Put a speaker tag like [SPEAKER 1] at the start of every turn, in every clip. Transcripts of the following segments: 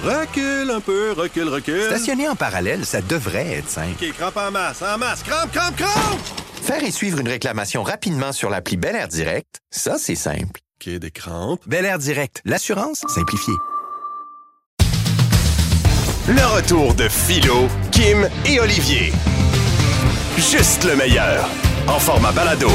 [SPEAKER 1] Recule un peu, recule, recule.
[SPEAKER 2] Stationner en parallèle, ça devrait être simple.
[SPEAKER 1] OK, crampe en masse, en masse. Crampe, crampe, crampe!
[SPEAKER 2] Faire et suivre une réclamation rapidement sur l'appli Bel Air Direct, ça, c'est simple.
[SPEAKER 1] OK, des crampes.
[SPEAKER 2] Bel Air Direct, l'assurance simplifiée.
[SPEAKER 3] Le retour de Philo, Kim et Olivier. Juste le meilleur. En format balado.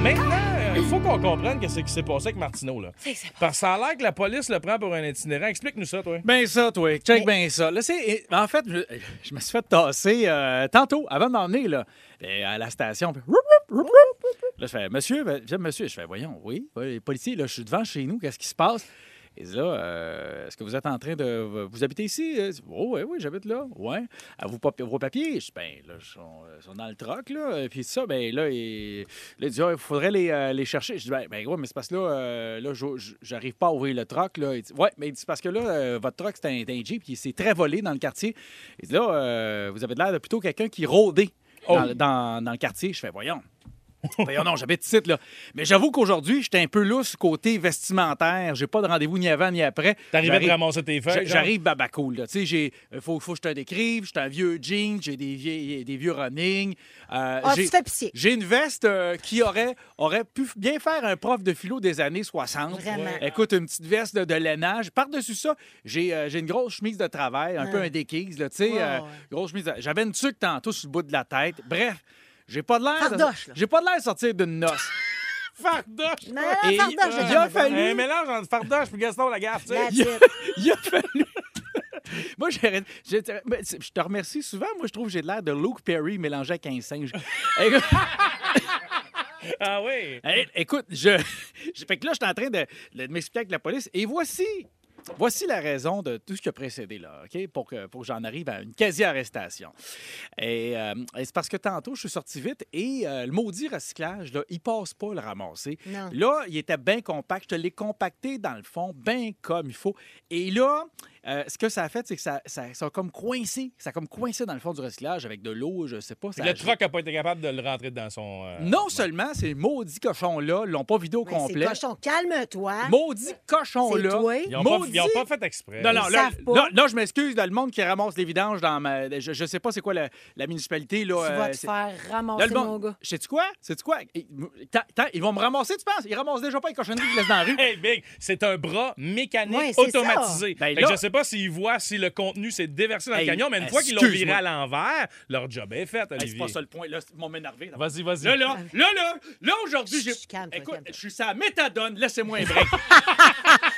[SPEAKER 4] Maintenant, euh, il faut qu'on comprenne qu'est-ce qui s'est passé avec Martineau. Là. Parce que ça a l'air que la police le prend pour un itinérant. Explique-nous ça, toi.
[SPEAKER 5] Ben ça, toi. Check bien ça. Là, c'est... En fait, je, je me suis fait tasser euh, tantôt, avant de m'emmener là, Et à la station. puis roup, roup, roup, roup. Là, je fais, monsieur, ben, je fais, monsieur. Je fais, voyons, oui, oui, les policiers, là, je suis devant chez nous, qu'est-ce qui se passe? Et là, euh, est-ce que vous êtes en train de... Vous habitez ici? Euh, Oh, oui, oui, j'habite là. Oui. À vos, papi- vos papiers? Je dis, ben, là, ils sont, ils sont dans le troc, là. Et Puis ça, ben, là, il, là, il dit, il faudrait les, euh, les chercher. Je dis, ben, ben, ouais, mais c'est parce que là, euh, là, je- je- j'arrive pas à ouvrir le troc, là. Il dit, ouais, mais il dit, c'est parce que là, euh, votre troc, c'est un, c'est un Jeep qui s'est très volé dans le quartier. Il dit, là, euh, vous avez l'air de plutôt quelqu'un qui rôdait dans, dans- dans le quartier. Je fais, voyons. Voyons, non, j'habite ici, là. Mais j'avoue qu'aujourd'hui, j'étais un peu lousse côté vestimentaire. J'ai pas de rendez-vous ni avant ni après.
[SPEAKER 4] T'arrivais de
[SPEAKER 5] J'arrive-
[SPEAKER 4] ramasser tes feuilles.
[SPEAKER 5] J'a-
[SPEAKER 4] genre?
[SPEAKER 5] J'arrive babacool, là. Tu sais, j'ai- euh, faut, faut que je te décrive. J'étais un vieux jean, j'ai des, vieilles- des vieux running. Euh,
[SPEAKER 6] Ah,
[SPEAKER 5] j'ai-
[SPEAKER 6] tu te fais pitié.
[SPEAKER 5] J'ai une veste euh, qui aurait, aurait pu f- bien faire un prof de philo des années 60.
[SPEAKER 6] Vraiment.
[SPEAKER 5] Écoute, une petite veste de, de lainage. Par-dessus ça, j'ai euh, j'ai une grosse chemise de travail, un peu un déquise, là, tu sais.
[SPEAKER 6] Ouais,
[SPEAKER 5] euh,
[SPEAKER 6] ouais.
[SPEAKER 5] grosse chemise. de- J'avais une tuque tantôt sur le bout de la tête. Bref, j'ai pas de l'air...
[SPEAKER 6] Fardoche, là.
[SPEAKER 5] J'ai pas de l'air de sortir d'une noce.
[SPEAKER 4] Fardoche!
[SPEAKER 6] Non,
[SPEAKER 4] toi.
[SPEAKER 6] non,
[SPEAKER 5] Et-
[SPEAKER 6] Ah, fardoche,
[SPEAKER 5] il
[SPEAKER 6] j'ai
[SPEAKER 5] a
[SPEAKER 6] jamais
[SPEAKER 5] fallu-
[SPEAKER 4] Un mélange entre Fardoche et Gaston Lagarde, tu sais.
[SPEAKER 6] fait. That's
[SPEAKER 5] il-
[SPEAKER 6] it.
[SPEAKER 5] Il a fallu. moi, j'ai- j'ai- mais c'est- je te remercie souvent. Moi, je trouve que j'ai l'air de Luke Perry mélangé avec un singe. Écoute,
[SPEAKER 4] Ah oui!
[SPEAKER 5] hey, écoute, je. je- Fait que là, je suis en train de, de m'expliquer avec la police. Et voici. Voici la raison de tout ce qui a précédé, là, OK? Pour que, pour que j'en arrive à une quasi-arrestation. Et, euh, et c'est parce que tantôt, je suis sorti vite et euh, le maudit recyclage, là, il passe pas le ramasser.
[SPEAKER 6] Non.
[SPEAKER 5] Là, il était bien compact. Je te l'ai compacté dans le fond, bien comme il faut. Et là, euh, ce que ça a fait, c'est que ça, ça, ça a comme coincé. Ça a comme coincé dans le fond du recyclage avec de l'eau, je sais pas. ça
[SPEAKER 4] Le
[SPEAKER 5] a-
[SPEAKER 4] troc n'a pas été capable de le rentrer dans son. euh,
[SPEAKER 5] Non seulement ces maudits cochons-là l'ont pas vidé au
[SPEAKER 6] Ben, c'est
[SPEAKER 5] complet.
[SPEAKER 6] cochon, calme-toi.
[SPEAKER 5] Maudits cochons-là.
[SPEAKER 6] C'est toi.
[SPEAKER 4] Ils n'ont pas,
[SPEAKER 5] Maudit-
[SPEAKER 4] ils ont pas fait exprès.
[SPEAKER 5] Non, non,
[SPEAKER 6] Ils
[SPEAKER 5] là,
[SPEAKER 6] savent pas.
[SPEAKER 5] là, là, je m'excuse, là, le monde qui ramasse les vidanges dans ma. Je, je sais pas c'est quoi la, la municipalité. Là,
[SPEAKER 6] Tu
[SPEAKER 5] euh,
[SPEAKER 6] vas te
[SPEAKER 5] c'est-
[SPEAKER 6] faire
[SPEAKER 5] Là,
[SPEAKER 6] ramasser,
[SPEAKER 5] le
[SPEAKER 6] mon
[SPEAKER 5] monde.
[SPEAKER 6] gars.
[SPEAKER 5] Sais-tu quoi? Sais-tu quoi? Ils, tant- tant- ils vont me ramasser, tu penses? Ils ramassent déjà pas les cochonneries qu'ils laissent dans la rue.
[SPEAKER 4] Hey, Big, c'est un bras mécanique
[SPEAKER 6] Ouais, c'est
[SPEAKER 4] automatisé.
[SPEAKER 5] ça.
[SPEAKER 4] Fait
[SPEAKER 5] Ben
[SPEAKER 4] que
[SPEAKER 5] là-
[SPEAKER 4] je sais pas s'ils voient si le contenu s'est déversé dans
[SPEAKER 5] Hey,
[SPEAKER 4] le camion, mais une fois qu'ils l'ont viré
[SPEAKER 5] excuse-moi.
[SPEAKER 4] à l'envers, leur job est fait,
[SPEAKER 5] Hey,
[SPEAKER 4] Olivier.
[SPEAKER 5] c'est pas ça le point. Là, ils vont m'énerver. là.
[SPEAKER 4] Vas-y, vas-y.
[SPEAKER 5] Là, là, là, là, là, aujourd'hui, j'ai.
[SPEAKER 6] Ah, Chut, calme-toi,
[SPEAKER 5] Écoute,
[SPEAKER 6] calme-toi.
[SPEAKER 5] je suis sa méthadone. Laissez-moi un break.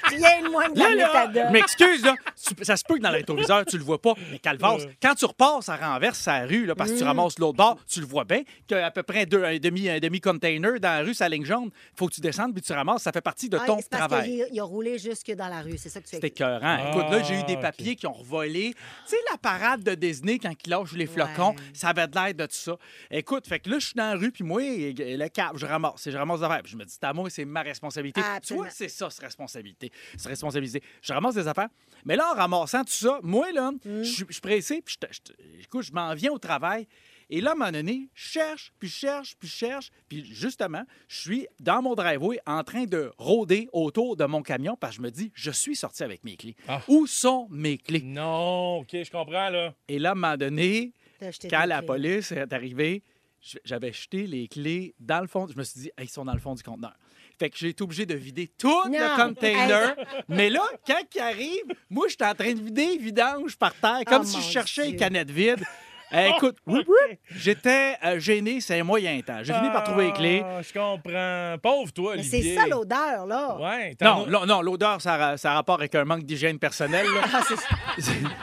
[SPEAKER 6] Rien de moins que la
[SPEAKER 5] là, là,
[SPEAKER 6] méthadone.
[SPEAKER 5] je m'excuse, là. Tu- Ça se peut que dans l'introviseur, tu le vois pas. Mais Calvas, quand tu repars, ça renverse sa rue, là, parce que tu ramasses l'autre bord, tu le vois bien. Qu'il y a à peu près deux- un demi- un demi-container dans la rue, sa ligne jaune. Faut que tu descendes puis tu ramasses. Ça fait partie de
[SPEAKER 6] Ah,
[SPEAKER 5] ton
[SPEAKER 6] c'est parce
[SPEAKER 5] travail.
[SPEAKER 6] qu'il a- il a roulé jusque dans la rue, c'est ça que tu
[SPEAKER 5] C'était
[SPEAKER 6] as
[SPEAKER 5] écœurant. Écoute, là, j'ai eu
[SPEAKER 6] Ah,
[SPEAKER 5] des papiers qui ont revolé. Tu sais, la parade de Disney quand il lâche les flocons,
[SPEAKER 6] Ouais.
[SPEAKER 5] ça avait de l'air de tout ça. Écoute, fait que là, je suis dans la rue, puis moi, le cap, je ramasse. Je ramasse des affaires. Puis je me dis, c'est à moi, c'est ma responsabilité. Tu
[SPEAKER 6] Ah, Absolument.
[SPEAKER 5] vois, c'est ça, cette responsabilité. Se responsabiliser. Je ramasse des affaires. Mais là, en ramassant tout ça, moi, là, je suis je suis pressé, puis je, te- je te- écoute, je m'en viens au travail. Et là, à un moment donné, je cherche, puis je cherche, puis je cherche. Puis justement, je suis dans mon driveway en train de rôder autour de mon camion parce que je me dis, je suis sorti avec mes clés.
[SPEAKER 4] Ah. Mm.
[SPEAKER 5] Où sont mes clés?
[SPEAKER 4] Non, OK, je comprends, là.
[SPEAKER 5] Et là, à un moment donné,
[SPEAKER 6] T'as jeté
[SPEAKER 5] quand
[SPEAKER 6] tes
[SPEAKER 5] la
[SPEAKER 6] clés.
[SPEAKER 5] police est arrivée, j- j'avais jeté les clés dans le fond. Je me suis dit, Hey, ils sont dans le fond du conteneur. Fait que j'ai été obligé de vider tout le
[SPEAKER 6] Non.
[SPEAKER 5] container. Mais là, quand ils arrivent, moi, j'étais en train de vider les vidanges par terre, comme si
[SPEAKER 6] Oh mon
[SPEAKER 5] je cherchais une
[SPEAKER 6] Dieu. Oh,
[SPEAKER 5] canette vide. Eh, écoute, whoop, whoop, j'étais euh, gêné, c'est un moyen temps. J'ai fini par trouver les clés.
[SPEAKER 4] Ah, Je comprends. Pauvre, toi,
[SPEAKER 6] Mais
[SPEAKER 4] Olivier.
[SPEAKER 6] c'est ça l'odeur, là.
[SPEAKER 4] Ouais, t'en
[SPEAKER 5] Non,
[SPEAKER 4] as-
[SPEAKER 5] non, non, l'odeur, ça, ra- ça a rapport avec un manque d'hygiène personnelle. là.
[SPEAKER 6] Ah,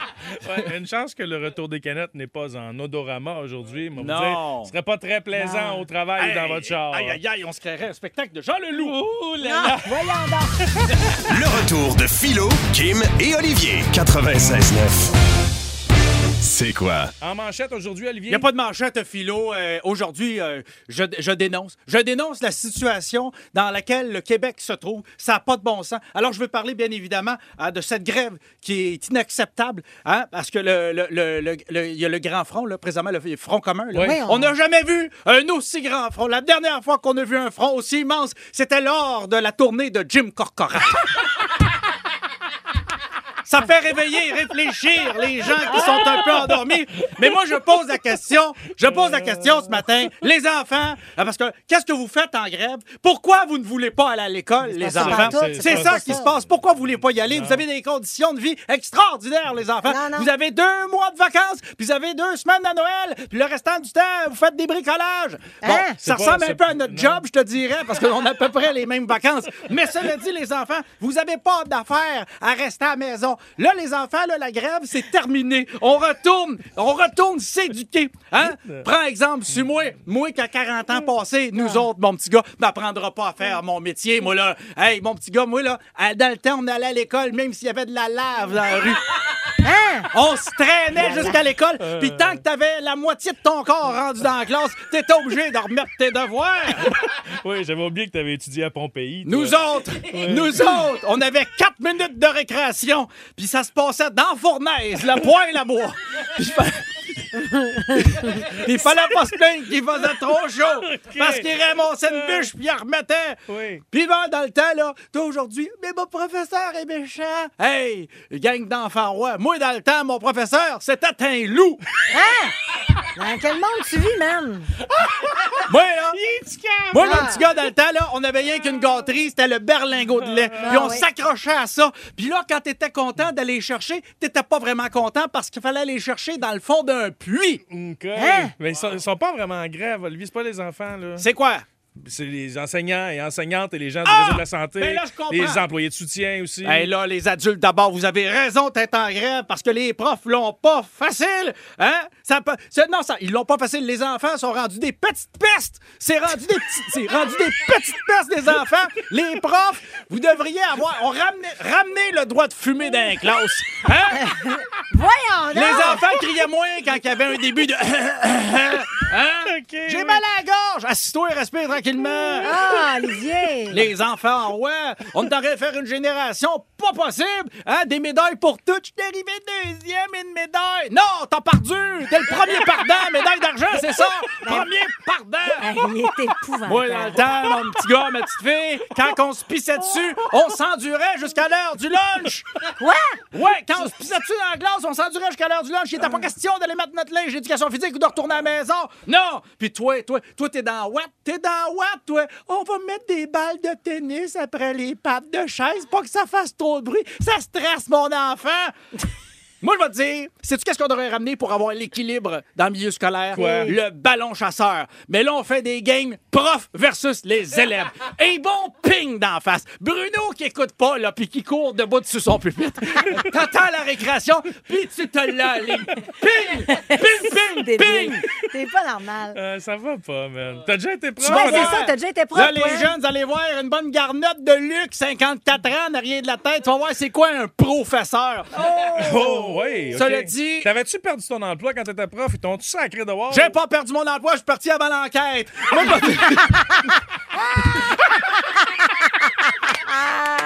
[SPEAKER 4] Ouais, une chance que le retour des canettes n'est pas en odorama aujourd'hui. mais on va vous
[SPEAKER 5] Non.
[SPEAKER 4] dire, Ce serait pas très plaisant au travail
[SPEAKER 5] Hey,
[SPEAKER 4] dans votre char.
[SPEAKER 5] Aïe, aïe, aïe, on se créerait un spectacle de Jean Leloup.
[SPEAKER 6] Ah, voyons donc.
[SPEAKER 3] Le retour de Philo, Kim et Olivier. 96.9. C'est quoi?
[SPEAKER 4] En manchette aujourd'hui, Olivier.
[SPEAKER 5] Il n'y a pas de manchette philo. Euh, Aujourd'hui, euh, je, je dénonce. Je dénonce la situation dans laquelle le Québec se trouve. Ça n'a pas de bon sens. Alors, je veux parler, bien évidemment, hein, de cette grève qui est inacceptable, hein, parce que le, le- le- le- le- il y a le grand front, là, présentement, le front commun. là.
[SPEAKER 4] Oui.
[SPEAKER 6] Oui,
[SPEAKER 5] On
[SPEAKER 6] on-
[SPEAKER 5] n'a jamais vu un aussi grand front. La dernière fois qu'on a vu un front aussi immense, c'était lors de la tournée de Jim Corcoran. Ça fait réveiller, réfléchir les gens qui sont un peu endormis. Mais moi, je pose la question. Je pose la question ce matin. Les enfants, ah, parce que qu'est-ce que vous faites en grève? Pourquoi vous ne voulez pas aller à l'école, les
[SPEAKER 6] pas
[SPEAKER 5] enfants?
[SPEAKER 6] ça pantoute, c'est
[SPEAKER 5] C'est ça
[SPEAKER 6] pas
[SPEAKER 5] qui
[SPEAKER 6] ça.
[SPEAKER 5] se passe. Pourquoi vous voulez pas y aller? Vous avez des conditions de vie extraordinaires, les enfants.
[SPEAKER 6] Non, non.
[SPEAKER 5] Vous avez deux mois de vacances, puis vous avez deux semaines à Noël, puis le restant du temps, vous faites des bricolages. Bon,
[SPEAKER 6] Hein?
[SPEAKER 5] ça
[SPEAKER 4] C'est pas-
[SPEAKER 5] ressemble
[SPEAKER 4] c'est-
[SPEAKER 5] un peu à notre
[SPEAKER 4] non.
[SPEAKER 5] job, je te dirais, parce qu'on a à peu près les mêmes vacances. Mais cela dit, les enfants, vous avez pas d'affaires à rester à la maison. Là, les enfants, là, la grève, c'est terminé. On retourne, on retourne s'éduquer. Hein? Prends exemple sur moi. Moi, qu'à 40 ans passés, nous autres, mon petit gars, m'apprendra pas à faire mon métier. Moi, là, hey, mon petit gars, moi, là, à- dans le temps, on allait à l'école, même s'il y avait de la lave dans la rue.
[SPEAKER 6] Hein?
[SPEAKER 5] On se traînait jusqu'à l'école, puis tant que t'avais la moitié de ton corps rendu dans la classe, t'étais obligé de remettre tes devoirs.
[SPEAKER 4] Oui, j'avais oublié que tu avais étudié à Pompéi. toi.
[SPEAKER 5] Nous autres, nous autres, on avait quatre minutes de récréation, puis ça se passait dans Fournaise, la poêle à bois. Puis il fallait- il fallait pas se plaindre qu'il faisait trop chaud, parce qu'il ramassait une bûche, puis il la remettait.
[SPEAKER 4] Oui.
[SPEAKER 5] Puis ben, dans le temps, là, toi aujourd'hui, mais mon professeur est méchant. Hey, gang d'enfants rois, moi dans le temps, mon professeur, c'était un loup.
[SPEAKER 6] Dans quel Hein, monde tu vis, man?
[SPEAKER 5] Moi, là, moi, le petit gars, dans le temps, là, on avait rien qu'une gâterie, c'était le berlingot de lait. Puis on
[SPEAKER 6] oui.
[SPEAKER 5] s'accrochait à ça. Puis là, quand t'étais content d'aller chercher, t'étais pas vraiment content parce qu'il fallait aller chercher dans le fond d'un puits.
[SPEAKER 4] OK.
[SPEAKER 6] Hein?
[SPEAKER 4] Mais ils sont, ils sont pas vraiment en grève, Olivier. C'est pas les enfants, là.
[SPEAKER 5] C'est quoi?
[SPEAKER 4] C'est les enseignants et enseignantes et les gens du
[SPEAKER 5] Ah!
[SPEAKER 4] réseau de la santé.
[SPEAKER 5] Ben là, je comprends. Ben
[SPEAKER 4] Les employés de soutien aussi.
[SPEAKER 5] Hey là, les adultes, d'abord, vous avez raison d'être en grève parce que les profs l'ont pas facile. Hein? Ça, peut- c'est- non, ça, ils l'ont pas facile. Les enfants sont rendus des petites pestes. C'est rendu des petits- c'est rendu des petites pestes des enfants. Les profs, vous devriez avoir, on ramenait, ramener le droit de fumer dans les classes. Hein?
[SPEAKER 6] Voyons,
[SPEAKER 5] Les
[SPEAKER 6] donc!
[SPEAKER 5] enfants criaient moins quand il y avait un début de. Hein?
[SPEAKER 4] OK,
[SPEAKER 5] J'ai
[SPEAKER 4] oui.
[SPEAKER 5] mal à la gorge! Assis-toi et respire tranquillement!
[SPEAKER 6] Ah, Olivier!
[SPEAKER 5] Les enfants, ouais! On devrait faire une génération pas possible! Hein? Des médailles pour toutes! Je suis arrivé deuxième et une médaille! Non, t'as perdu! T'es le premier pardon! Médaille d'argent, c'est ça! Premier
[SPEAKER 6] Hey,
[SPEAKER 5] pardon!
[SPEAKER 6] il est épouvantable.
[SPEAKER 5] Moi, dans le temps, mon petit gars, ma petite fille, quand on se pissait dessus, on s'endurait jusqu'à l'heure du lunch!
[SPEAKER 6] Quoi?
[SPEAKER 5] Ouais, quand on se pissait dessus dans la glace, on s'endurait jusqu'à l'heure du lunch. Il était pas question d'aller mettre notre linge d'éducation physique ou de retourner à la maison. Non! Puis toi, toi, toi, t'es dans what? T'es dans what, toi? On va mettre des balles de tennis après les pattes de chaise, pas que ça fasse trop de bruit. Ça stresse mon enfant! Moi, je vais te dire, sais-tu qu'est-ce qu'on devrait ramener pour avoir l'équilibre dans le milieu scolaire?
[SPEAKER 4] Quoi?
[SPEAKER 5] Le ballon chasseur. Mais là, on fait des games prof versus les élèves. Et bon ping d'en face. Bruno qui écoute pas, là, puis qui court debout dessus son pupitre. T'attends la récréation, puis tu te la ligne. Ping! Ping, ping, ping!
[SPEAKER 6] Débile. T'es pas normal.
[SPEAKER 4] Euh, ça va pas, man. T'as déjà été prof? hein?
[SPEAKER 6] Ouais,
[SPEAKER 5] vas
[SPEAKER 6] c'est
[SPEAKER 5] voir.
[SPEAKER 6] ça, t'as déjà été propre. hein?
[SPEAKER 5] Là, les jeunes, vous allez voir une bonne garnotte de Luc, 54 ans, en arrière de la tête. Tu vas voir c'est quoi un professeur.
[SPEAKER 4] Oh, oui.
[SPEAKER 5] Cela
[SPEAKER 4] OK.
[SPEAKER 5] dit-
[SPEAKER 4] T'avais-tu perdu ton emploi quand t'étais prof? Ils t'ont-tu sacré dehors?
[SPEAKER 5] J'ai pas perdu mon emploi, je suis parti avant l'enquête. Moi, je vais-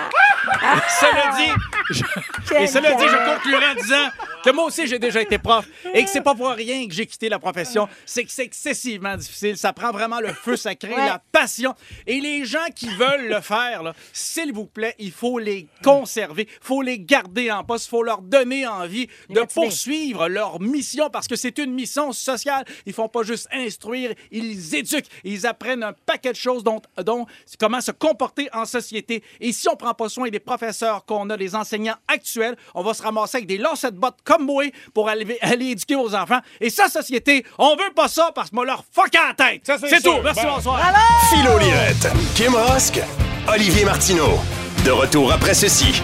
[SPEAKER 5] Cela dit, je- et cela dit, je conclurai en disant que moi aussi j'ai déjà été prof et que c'est pas pour rien que j'ai quitté la profession, c'est que c'est excessivement difficile, ça prend vraiment le feu sacré,
[SPEAKER 6] Ouais.
[SPEAKER 5] la passion et les gens qui veulent le faire là, s'il vous plaît, il faut les conserver, faut les garder en poste, faut leur donner envie de
[SPEAKER 6] motiver.
[SPEAKER 5] poursuivre leur mission parce que c'est une mission sociale, ils font pas juste instruire, ils éduquent, ils apprennent un paquet de choses dont, dont comment se comporter en société et si on prend pas soin des professeurs qu'on a des enseignants actuels, on va se ramasser avec des lancettes bottes comme moi pour aller, aller éduquer aux enfants. Et ça, société, on veut pas ça parce qu'on leur fuck à la tête.
[SPEAKER 4] Ça, c'est
[SPEAKER 5] C'est
[SPEAKER 4] sûr.
[SPEAKER 5] tout. Merci,
[SPEAKER 4] Bon.
[SPEAKER 5] bonsoir.
[SPEAKER 3] Philo Lirette, Kim Rosk, Olivier Martineau. De retour après ceci.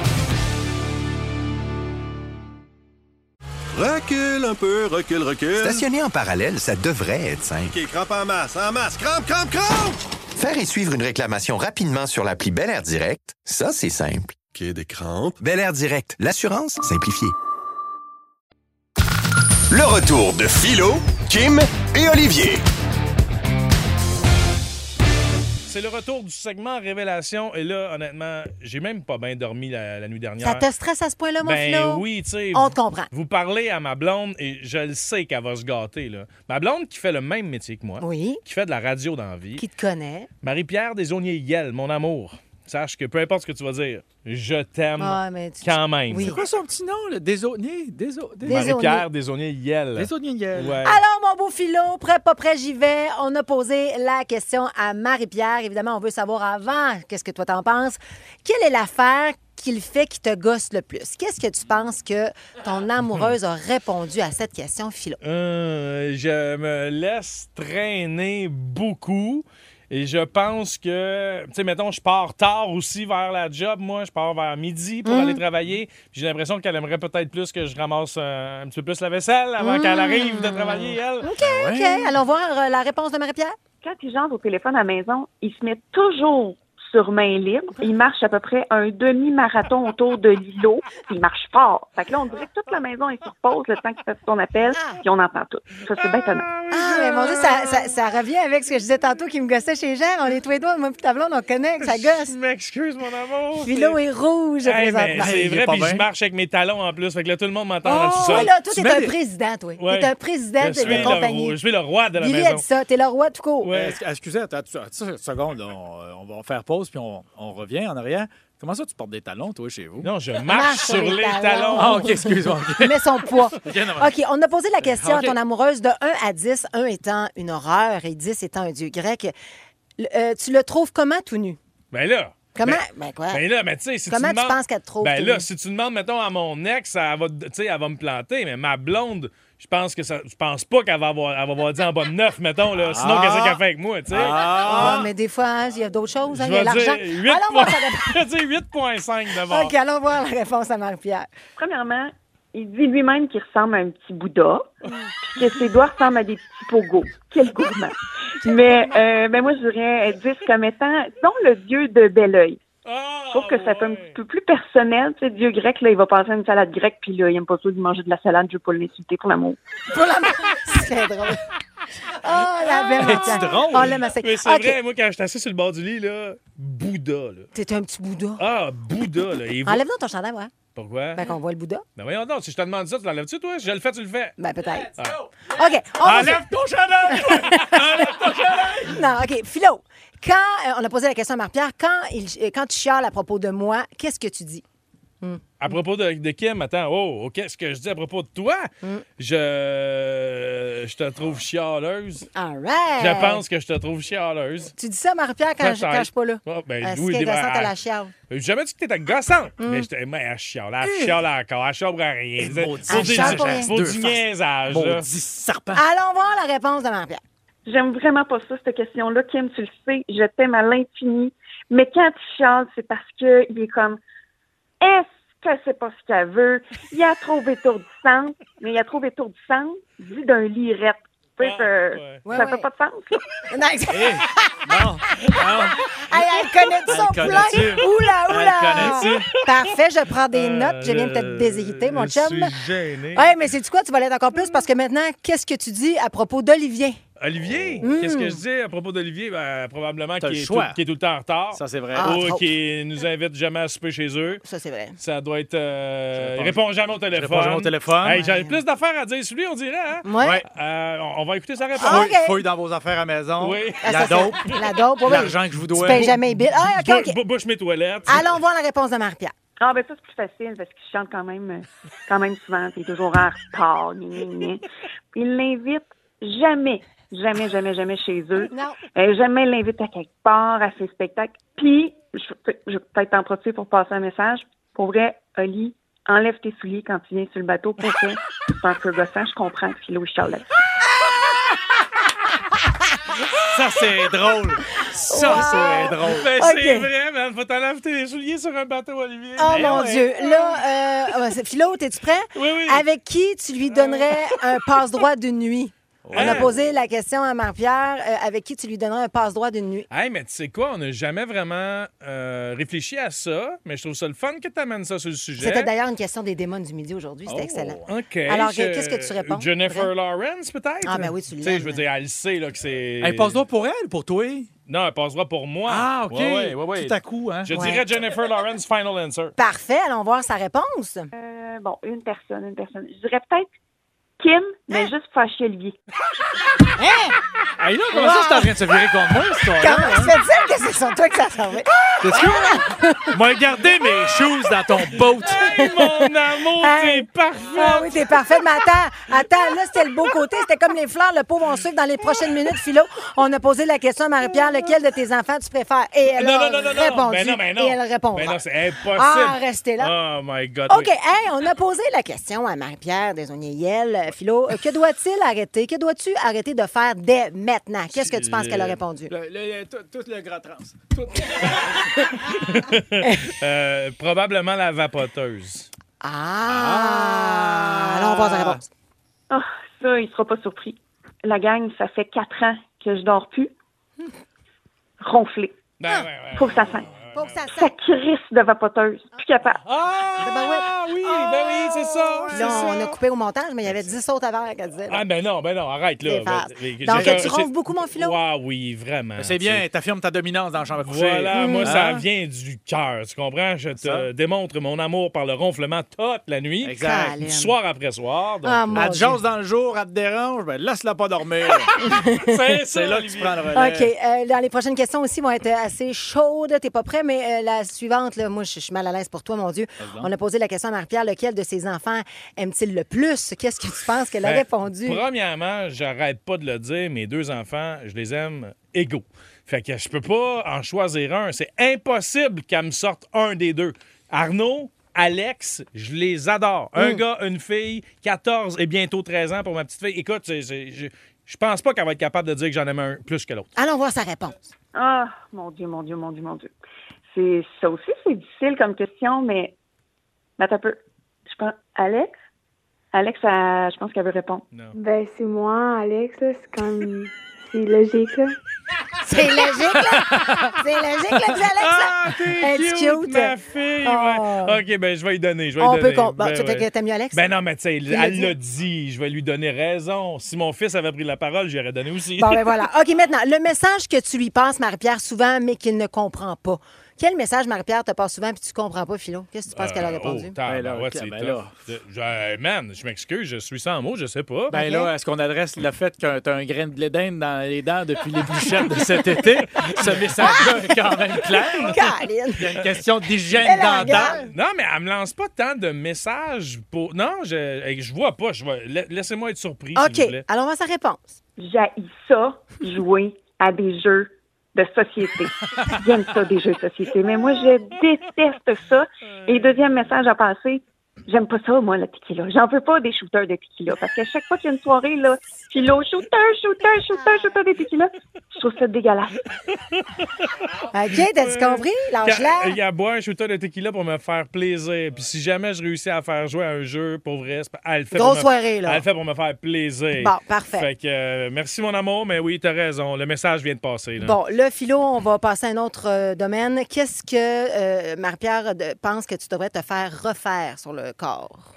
[SPEAKER 1] Recule un peu, recule, recule.
[SPEAKER 2] Stationner en parallèle, ça devrait être simple.
[SPEAKER 1] OK, crampe en masse, en masse, crampe, crampe, crampe!
[SPEAKER 2] Faire et suivre une réclamation rapidement sur l'appli Bel Air Direct, ça, c'est simple.
[SPEAKER 1] OK, des crampes.
[SPEAKER 2] Bel Air Direct, l'assurance simplifiée.
[SPEAKER 3] Le retour de Philo, Kim et Olivier.
[SPEAKER 4] C'est le retour du segment Révélation. Et là, honnêtement, j'ai même pas bien dormi la, la nuit dernière.
[SPEAKER 6] Ça te stresse à ce point-là, mon
[SPEAKER 4] ben
[SPEAKER 6] Philo?
[SPEAKER 4] oui, tu sais.
[SPEAKER 6] On
[SPEAKER 4] vous-
[SPEAKER 6] te comprend.
[SPEAKER 4] Vous parlez à ma blonde et je le sais qu'elle va se gâter. Là. Ma blonde qui fait le même métier que moi,
[SPEAKER 6] Oui.
[SPEAKER 4] qui fait de la radio dans la vie,
[SPEAKER 6] Qui te connaît?
[SPEAKER 4] Marie-Pierre Desauniers-Yel, mon amour. Sache que peu importe ce que tu vas dire, je t'aime
[SPEAKER 6] Ah, mais tu-
[SPEAKER 4] quand même.
[SPEAKER 6] Oui.
[SPEAKER 5] C'est quoi son petit nom, là? Désonnier? Déso... Dés-
[SPEAKER 6] Dés-
[SPEAKER 4] Marie-Pierre Desaulniers-Yel.
[SPEAKER 5] Désonnier.
[SPEAKER 4] Ouais.
[SPEAKER 6] Alors, mon beau philo, prêt, pas prêt, j'y vais. On a posé la question à Marie-Pierre. Évidemment, on veut savoir avant, qu'est-ce que toi t'en penses? Quelle est l'affaire qu'il fait qui te gosse le plus? Qu'est-ce que tu penses que ton amoureuse a répondu à cette question, philo?
[SPEAKER 4] Euh, je me laisse traîner beaucoup. Et je pense que, tu sais, mettons, je pars tard aussi vers la job. Moi, je pars vers midi
[SPEAKER 6] Mhm.
[SPEAKER 4] pour aller travailler. J'ai l'impression qu'elle aimerait peut-être plus que je ramasse euh, un petit peu plus la vaisselle avant
[SPEAKER 6] Mhm.
[SPEAKER 4] qu'elle arrive de travailler, elle.
[SPEAKER 6] OK, OK. Allons voir euh, la réponse de Marie-Pierre.
[SPEAKER 7] quand il genre au téléphone à la maison, il se met toujours sur main libre. Il marche à peu près un demi-marathon autour de l'îlot, puis il marche fort. Fait que là, on dirait que toute la maison est sur pause le temps qu'il fasse son appel, puis on entend tout. Ça, c'est bien étonnant.
[SPEAKER 6] Ah, mais mon Dieu, ça, ça- ça revient avec ce que je disais tantôt qui me gossait chez Gère. On est tous les deux, moi et ta blonde, on connecte, ça gosse.
[SPEAKER 4] Je m'excuse, mon amour.
[SPEAKER 6] Philo est rouge
[SPEAKER 4] Hey, mais
[SPEAKER 6] présentement.
[SPEAKER 4] c'est
[SPEAKER 5] Il est
[SPEAKER 4] vrai,
[SPEAKER 5] pas
[SPEAKER 4] puis je
[SPEAKER 5] bien.
[SPEAKER 4] marche avec mes talons en plus. Fait que là, tout le monde m'entend dans le
[SPEAKER 6] Oh,
[SPEAKER 4] sous-sol.
[SPEAKER 6] ouais, là, toi,
[SPEAKER 5] Tu
[SPEAKER 6] t'es
[SPEAKER 5] mets
[SPEAKER 6] un
[SPEAKER 5] des-
[SPEAKER 6] président, toi.
[SPEAKER 4] Ouais.
[SPEAKER 6] T'es un président
[SPEAKER 4] je,
[SPEAKER 6] de,
[SPEAKER 4] suis
[SPEAKER 6] de compagnie.
[SPEAKER 4] le, je suis le roi de la
[SPEAKER 6] Billy a
[SPEAKER 4] maison.
[SPEAKER 6] dit euh, ça, t'es le roi de court.
[SPEAKER 4] Ouais.
[SPEAKER 5] Euh, Est-ce- Excusez, attends, attends, attends une seconde, là, on, on va faire pause puis on, on revient en arrière. Comment ça, tu portes des talons, toi, chez vous?
[SPEAKER 4] Non, je
[SPEAKER 6] marche
[SPEAKER 4] marche
[SPEAKER 6] sur
[SPEAKER 4] sur
[SPEAKER 6] les
[SPEAKER 4] les
[SPEAKER 6] talons. ah.
[SPEAKER 4] talons.
[SPEAKER 5] Ah, OK, excuse-moi. ok.
[SPEAKER 6] Il met son poids.
[SPEAKER 5] non.
[SPEAKER 6] OK, on a posé la question
[SPEAKER 5] OK.
[SPEAKER 6] à ton amoureuse de 1 à 10, 1 étant une horreur et 10 étant un dieu grec. Le- euh, tu le trouves comment tout nu?
[SPEAKER 4] Ben là.
[SPEAKER 6] Comment?
[SPEAKER 4] ben-
[SPEAKER 6] Ben, quoi?
[SPEAKER 4] Ben là, mais tu sais, si
[SPEAKER 6] Comment
[SPEAKER 4] tu,
[SPEAKER 6] tu
[SPEAKER 4] demandes-
[SPEAKER 6] penses qu'elle te trouve,
[SPEAKER 4] Ben
[SPEAKER 6] Tony?
[SPEAKER 4] là, si tu demandes, mettons, à mon ex, elle va, tu sais, elle va me planter, mais ma blonde, je pense que ça, je pense pas qu'elle va avoir, elle va avoir dit en bas de neuf, mettons, là. Sinon,
[SPEAKER 5] Ah.
[SPEAKER 4] qu'est-ce qu'elle fait avec moi, tu sais?
[SPEAKER 5] Ah!
[SPEAKER 6] Ah, mais des fois, hein, il y a d'autres choses. hein,
[SPEAKER 4] Je
[SPEAKER 6] il y a
[SPEAKER 4] vais
[SPEAKER 6] l'argent.
[SPEAKER 4] dire 8
[SPEAKER 6] Allons voir, la réponse.
[SPEAKER 4] Je vais dire 8.5 d'abord.
[SPEAKER 6] OK, allons voir la réponse à Marie-Pierre.
[SPEAKER 7] Premièrement, il dit lui-même qu'il ressemble à un petit Bouddha, puis que ses doigts ressemblent à des petits pogos. Quel gourmand! Mais euh, ben moi, je dirais 10 comme étant, disons, le dieu de bel oeil.
[SPEAKER 4] Ah,
[SPEAKER 7] Je trouve que ça fait un
[SPEAKER 4] ouais.
[SPEAKER 7] petit peu plus personnel. Tu sais, Dieu grec, là, il va passer à une salade grecque, puis là, il aime pas ça de manger de la salade, je veux pas l'insulter pour l'amour.
[SPEAKER 6] Pour la C'est drôle. Oh, la belle Marie-Pierre.
[SPEAKER 5] drôle.
[SPEAKER 6] On l'aime assez.
[SPEAKER 4] Ah! Mais c'est
[SPEAKER 6] OK,
[SPEAKER 4] vrai, moi, quand j'étais assis sur le bord du lit, là, Bouddha, là.
[SPEAKER 6] T'es un petit Bouddha.
[SPEAKER 4] Ah, Bouddha, là. Et vous-
[SPEAKER 6] Enlève-nous ton chandail, ouais.
[SPEAKER 4] Pourquoi?
[SPEAKER 6] Ben, qu'on voit le Bouddha.
[SPEAKER 4] Ben voyons donc, si je te demande ça, tu l'enlèves-tu, toi? Je le fais, tu le fais.
[SPEAKER 6] Ben, peut-être. OK, on va
[SPEAKER 4] Enlève ton chandail! toi! Enlève ton chandail!
[SPEAKER 6] Non, OK. Philo, quand euh, on a posé la question à Marie-Pierre, quand, il, euh, quand tu chiales à propos de moi, qu'est-ce que tu dis?
[SPEAKER 4] À propos de, de Kim, attends, oh, oh, qu'est-ce que je dis à propos de toi?
[SPEAKER 5] Hmm.
[SPEAKER 4] Je. Je te trouve chialeuse.
[SPEAKER 6] All right.
[SPEAKER 5] Euh.
[SPEAKER 4] Je pense que je te trouve chialeuse.
[SPEAKER 6] Tu dis ça à Marie-Pierre quand, je-
[SPEAKER 4] Peut-être.
[SPEAKER 6] quand je suis pas là.
[SPEAKER 4] Ah, ben,
[SPEAKER 6] Est-ce
[SPEAKER 4] oui,
[SPEAKER 6] qu'elle est
[SPEAKER 4] des-
[SPEAKER 6] gossante à la
[SPEAKER 4] ah,
[SPEAKER 6] chiale?
[SPEAKER 4] J'ai Jamais dit que t'étais gossante,
[SPEAKER 5] Hmm.
[SPEAKER 4] mais j'étais. Mais elle chiale, elle chiale encore, elle chiale pour rien.
[SPEAKER 5] maudit
[SPEAKER 4] Pour des-
[SPEAKER 6] chiale pour rien.
[SPEAKER 4] pour
[SPEAKER 5] Hmm. Deux
[SPEAKER 4] du
[SPEAKER 5] faces.
[SPEAKER 4] niaisage, là.
[SPEAKER 5] Maudit serpent.
[SPEAKER 6] Allons voir la réponse de Marie-Pierre.
[SPEAKER 7] J'aime vraiment pas ça, cette question-là. Kim, tu le sais, je t'aime à l'infini. Mais quand tu chantes, c'est parce que il est comme Est-ce qu'elle sait pas ce qu'elle veut? Il a trouvé étourdissante, mais il a trouvé étourdissante dit d'un lirette. Tu sais,
[SPEAKER 4] Ah,
[SPEAKER 7] ça,
[SPEAKER 4] ouais.
[SPEAKER 6] Ouais,
[SPEAKER 7] ça
[SPEAKER 6] ouais.
[SPEAKER 7] fait pas de sens. là.
[SPEAKER 6] Non, elle-
[SPEAKER 5] Non,
[SPEAKER 6] Ah,
[SPEAKER 5] non.
[SPEAKER 6] elle, elle connaît
[SPEAKER 5] Elle
[SPEAKER 6] son
[SPEAKER 5] connaît-tu?
[SPEAKER 6] plein. Oula, oula.
[SPEAKER 5] Elle
[SPEAKER 6] Parfait, je prends des notes. Je viens de
[SPEAKER 4] Euh,
[SPEAKER 6] te déshériter, mon
[SPEAKER 4] je
[SPEAKER 6] chum.
[SPEAKER 4] suis gêné.
[SPEAKER 6] Ouais, mais c'est du quoi? Tu vas l'être encore plus parce que maintenant, qu'est-ce que tu dis à propos d'Olivier?
[SPEAKER 4] Olivier,
[SPEAKER 5] Hmm.
[SPEAKER 4] qu'est-ce que je dis à propos d'Olivier? Ben, probablement
[SPEAKER 5] T'as
[SPEAKER 4] qu'il
[SPEAKER 5] le
[SPEAKER 4] est, tout-
[SPEAKER 5] choix.
[SPEAKER 4] qu'il est tout le temps en retard.
[SPEAKER 5] Ça, c'est vrai.
[SPEAKER 6] Ah.
[SPEAKER 4] ou
[SPEAKER 6] trop.
[SPEAKER 4] qu'il nous invite jamais à souper chez eux.
[SPEAKER 6] Ça, c'est vrai.
[SPEAKER 4] Ça doit être. euh,
[SPEAKER 5] Je
[SPEAKER 4] il
[SPEAKER 5] réponds-
[SPEAKER 4] répond jamais au téléphone.
[SPEAKER 5] réponds jamais au téléphone.
[SPEAKER 4] Hey, J'avais plus d'affaires à dire sur lui, on dirait. Hein?
[SPEAKER 6] Ouais.
[SPEAKER 5] Ouais.
[SPEAKER 4] Euh, on- on va écouter sa réponse.
[SPEAKER 5] Fouille,
[SPEAKER 6] Ah, ok.
[SPEAKER 5] fouille dans vos affaires à maison.
[SPEAKER 4] Oui.
[SPEAKER 6] Ah,
[SPEAKER 5] La
[SPEAKER 6] ça, c'est-
[SPEAKER 5] dope.
[SPEAKER 6] La dope, oui, oui.
[SPEAKER 5] L'argent que je vous dois.
[SPEAKER 6] Tu payes jamais les billes. Ah, OK,
[SPEAKER 4] Bou-
[SPEAKER 6] OK.
[SPEAKER 4] bou- Bouche mes toilettes.
[SPEAKER 6] Allons voir la réponse de Marie-Pierre.
[SPEAKER 7] Ah ben ça c'est plus facile parce qu'il chante quand même euh, quand même souvent, puis il est toujours en retard. gna, gna, gna. Il l'invite jamais, jamais, jamais, jamais chez eux.
[SPEAKER 6] Non.
[SPEAKER 7] Euh, jamais il l'invite à quelque part, à ses spectacles. Puis je, peux- je vais peut-être en profiter pour passer un message. Pour vrai, Oli, enlève tes souliers quand tu viens sur le bateau pour que c'est un peu gossant, je comprends que Philo il chiale là-dessus.
[SPEAKER 5] Ça, c'est drôle. Ça,
[SPEAKER 4] Ah,
[SPEAKER 5] c'est drôle.
[SPEAKER 4] Ben, c'est
[SPEAKER 6] Ah. Ok.
[SPEAKER 4] vrai, man. Faut t'enlever tes souliers sur un bateau, Olivier.
[SPEAKER 6] Oh
[SPEAKER 4] Ben
[SPEAKER 6] mon
[SPEAKER 4] ouais.
[SPEAKER 6] Dieu. Là, euh, ouais, c'est- Philo, es-tu prêt?
[SPEAKER 4] Oui, oui. Oh.
[SPEAKER 6] Avec qui tu lui donnerais un passe-droit d'une nuit? On a
[SPEAKER 4] Ouais.
[SPEAKER 6] posé la question à Marie-Pierre. euh, avec qui tu lui donnerais un passe-droit d'une nuit?
[SPEAKER 4] Hey, mais tu sais quoi, on n'a jamais vraiment euh, réfléchi à ça, mais je trouve ça le fun que tu amènes ça sur le sujet.
[SPEAKER 6] C'était d'ailleurs une question des démons du midi aujourd'hui. C'était excellent.
[SPEAKER 4] Oh, OK.
[SPEAKER 6] Alors,
[SPEAKER 4] je-
[SPEAKER 6] qu'est-ce que tu réponds?
[SPEAKER 4] Jennifer
[SPEAKER 6] Vrai?
[SPEAKER 4] Lawrence, peut-être?
[SPEAKER 6] Ah, ben oui, tu
[SPEAKER 4] Tu sais, je veux
[SPEAKER 6] l'aimes.
[SPEAKER 4] dire, elle le sait, là, que c'est.
[SPEAKER 5] Hey, passe-toi pour elle, pour toi.
[SPEAKER 4] Non, elle passera pour moi.
[SPEAKER 5] Ah, OK.
[SPEAKER 4] Ouais, ouais, ouais, ouais.
[SPEAKER 5] Tout à coup, hein.
[SPEAKER 4] Je
[SPEAKER 6] Ouais.
[SPEAKER 4] dirais Jennifer Lawrence, final answer.
[SPEAKER 6] Parfait. Allons voir sa réponse.
[SPEAKER 7] Euh, bon, une personne, une personne. Je dirais peut-être Kim, mais juste pour fâcher Olivier.
[SPEAKER 5] Hey, là, comment ça, c'est en train de se virer contre moi, ce soir-là?
[SPEAKER 6] Comment se fait-il que c'est sur toi que ça servait?
[SPEAKER 5] M'a gardé mes shoes dans ton boat.
[SPEAKER 4] Hey, mon amour,
[SPEAKER 6] Hey.
[SPEAKER 4] t'es parfait!
[SPEAKER 6] Ah oui, t'es parfait, mais attends, attends, là, c'était le beau côté, c'était comme les fleurs, le pauvre, on suit dans les prochaines minutes, Philo. On a posé la question à Marie-Pierre, lequel de tes enfants tu préfères? Et elle
[SPEAKER 4] Non,
[SPEAKER 6] a
[SPEAKER 4] non, non, non, non.
[SPEAKER 6] répondu,
[SPEAKER 4] Ben non, ben non.
[SPEAKER 6] et elle répond.
[SPEAKER 4] Ben non, c'est impossible.
[SPEAKER 6] Ah, restez là.
[SPEAKER 4] Oh my God.
[SPEAKER 6] OK,
[SPEAKER 4] oui.
[SPEAKER 6] hey, on a posé la question à Marie-Pierre Desonnier-Yel. Philo, euh, que doit-il arrêter? Que dois-tu arrêter de faire dès maintenant? Qu'est-ce que tu penses qu'elle a répondu?
[SPEAKER 5] Le, le- tout, tout le gras trans.
[SPEAKER 4] Euh, probablement la vapoteuse.
[SPEAKER 6] Ah! Alors, on voit sa réponse.
[SPEAKER 7] Ah, ça, il sera pas surpris. La gang, ça fait quatre ans que je dors plus. Ronfler.
[SPEAKER 4] Ben,
[SPEAKER 6] Ah.
[SPEAKER 4] ouais, ouais.
[SPEAKER 7] Faut que ça sente.
[SPEAKER 6] Faut que ça
[SPEAKER 7] Ça
[SPEAKER 6] sente.
[SPEAKER 7] crisse de vapoteuse. Plus capable.
[SPEAKER 6] Ben ouais.
[SPEAKER 4] Ah oui, ben oui, c'est ça.
[SPEAKER 6] Puis
[SPEAKER 4] c'est
[SPEAKER 6] Là,
[SPEAKER 4] ça.
[SPEAKER 6] on a coupé au montage, mais il y avait 10 autres avant qu'elle disait. là.
[SPEAKER 4] Ah ben non, ben non, arrête là.
[SPEAKER 6] C'est fast.
[SPEAKER 4] Ben, ben,
[SPEAKER 6] Donc,
[SPEAKER 4] j'ai-
[SPEAKER 6] tu ronfles beaucoup, mon Philo?
[SPEAKER 4] Ouah, oui, vraiment.
[SPEAKER 5] Ben, C'est bien, t'affirmes ta dominance dans la chambre à coucher.
[SPEAKER 4] Voilà,
[SPEAKER 6] Mmh.
[SPEAKER 4] moi, ça
[SPEAKER 6] Ah.
[SPEAKER 5] Hein?
[SPEAKER 4] vient du cœur, tu comprends? Je te
[SPEAKER 5] Ça.
[SPEAKER 4] démontre mon amour par le ronflement toute la nuit,
[SPEAKER 5] Exact.
[SPEAKER 6] Caline.
[SPEAKER 4] soir après soir. Donc, euh,
[SPEAKER 6] Ah, mon
[SPEAKER 5] Elle te
[SPEAKER 6] Dieu.
[SPEAKER 5] jase dans le jour, elle te dérange, ben laisse-la pas dormir.
[SPEAKER 4] c'est
[SPEAKER 5] C'est
[SPEAKER 4] ça,
[SPEAKER 5] là que tu
[SPEAKER 4] Olivier.
[SPEAKER 5] prends le relais.
[SPEAKER 6] OK. euh, dans les prochaines questions aussi vont être euh, assez chaudes. T'es pas prêt, mais euh, la suivante, là, moi, je je suis mal à l'aise pour toi, mon Dieu. On a posé la question à Marie-Pierre lequel de ses enfants aime-t-il le plus? Qu'est-ce que tu penses qu'elle a
[SPEAKER 4] Ben,
[SPEAKER 6] répondu?
[SPEAKER 4] Premièrement, j'arrête pas de le dire, mes deux enfants, je les aime égaux. Fait que je peux pas en choisir un. C'est impossible qu'elle me sorte un des deux. Arnaud, Alex, je les adore.
[SPEAKER 6] Mm.
[SPEAKER 4] Un gars, une fille, 14 et bientôt 13 ans pour ma petite fille. Écoute, c'est- c'est- je, je pense pas qu'elle va être capable de dire que j'en aime un plus que l'autre.
[SPEAKER 6] Allons voir sa réponse.
[SPEAKER 7] Ah, mon Dieu, mon Dieu, mon Dieu, mon Dieu. C'est ça aussi, c'est difficile comme question, mais attends un peu. Je pense Alex. Alex, elle- je pense qu'elle veut répondre.
[SPEAKER 8] Ben, c'est moi, Alex, là. C'est comme. C'est logique, là.
[SPEAKER 6] C'est logique, là! C'est logique, là, dit Alex!
[SPEAKER 4] Ah, t'es
[SPEAKER 6] Elle est
[SPEAKER 4] cute,
[SPEAKER 6] cute.
[SPEAKER 4] ma fille!
[SPEAKER 6] Ah.
[SPEAKER 4] ouais. OK, ben je vais lui donner, je vais
[SPEAKER 6] On
[SPEAKER 4] lui
[SPEAKER 6] peut
[SPEAKER 4] donner.
[SPEAKER 6] comprendre.
[SPEAKER 4] Ben,
[SPEAKER 6] tu
[SPEAKER 4] ouais.
[SPEAKER 6] que t'aimes mieux Alex?
[SPEAKER 4] Ben non, mais tu sais,
[SPEAKER 6] l'a
[SPEAKER 4] elle l'a dit, je vais lui donner raison. Si mon fils avait pris la parole, j'y aurais donné aussi.
[SPEAKER 6] Bon, ben voilà. OK, maintenant, le message que tu lui passes, Marie-Pierre, souvent, mais qu'il ne comprend pas. Quel message, Marie-Pierre, te passe souvent puis tu comprends pas, Philo? Qu'est-ce que tu penses qu'elle a
[SPEAKER 4] Euh,
[SPEAKER 6] répondu?
[SPEAKER 4] Oh, ben
[SPEAKER 5] Ben là,
[SPEAKER 4] ouais,
[SPEAKER 5] ok,
[SPEAKER 4] c'est
[SPEAKER 5] ben
[SPEAKER 4] tough.
[SPEAKER 5] là.
[SPEAKER 4] Je- je- euh, man, je m'excuse, je suis sans mots, je sais pas.
[SPEAKER 5] Ben là, est-ce qu'on adresse le fait que t'as un grain de blé d'Inde dans les dents depuis les bouchettes de cet été? Ce message-là est quand même
[SPEAKER 4] oh,
[SPEAKER 5] clair.
[SPEAKER 6] Caroline!
[SPEAKER 5] Il y a une question d'hygiène
[SPEAKER 6] Elle
[SPEAKER 5] dentaire.
[SPEAKER 6] engage.
[SPEAKER 4] non, mais elle me lance pas tant de messages pour. Non, je, hey, je vois pas. Je vais- la- Laissez-moi être surpris, s'il vous
[SPEAKER 6] OK,
[SPEAKER 4] plaît.
[SPEAKER 6] alors on va à sa réponse.
[SPEAKER 7] J'haïs ça, jouer à des jeux de société. J'aime ça, des jeux de société, mais moi, je déteste ça. Et deuxième message à passer, j'aime pas ça, moi, la tequila. J'en veux pas des shooters de tequila, parce qu'à chaque fois qu'il y a une soirée, là, puis là, shooter, shooter, shooter, shooter de tequila, je trouve ça dégueulasse.
[SPEAKER 6] OK, t'as-tu compris? Lâche-la.
[SPEAKER 4] euh, Il y a boire un shooter de tequila pour me faire plaisir. Puis si jamais je réussis à faire jouer à un jeu, pour vrai, c'est- elle le fait.
[SPEAKER 6] Grosse
[SPEAKER 4] pour me-
[SPEAKER 6] soirée, là.
[SPEAKER 4] Elle le fait pour me faire plaisir.
[SPEAKER 6] Bon, parfait.
[SPEAKER 4] Fait que, euh, merci, mon amour, mais oui, t'as raison. Le message vient de passer. Là.
[SPEAKER 6] Bon, là, Philo, on va passer à un autre euh, domaine. Qu'est-ce que euh, Marie-Pierre de- pense que tu devrais te faire refaire sur le corps?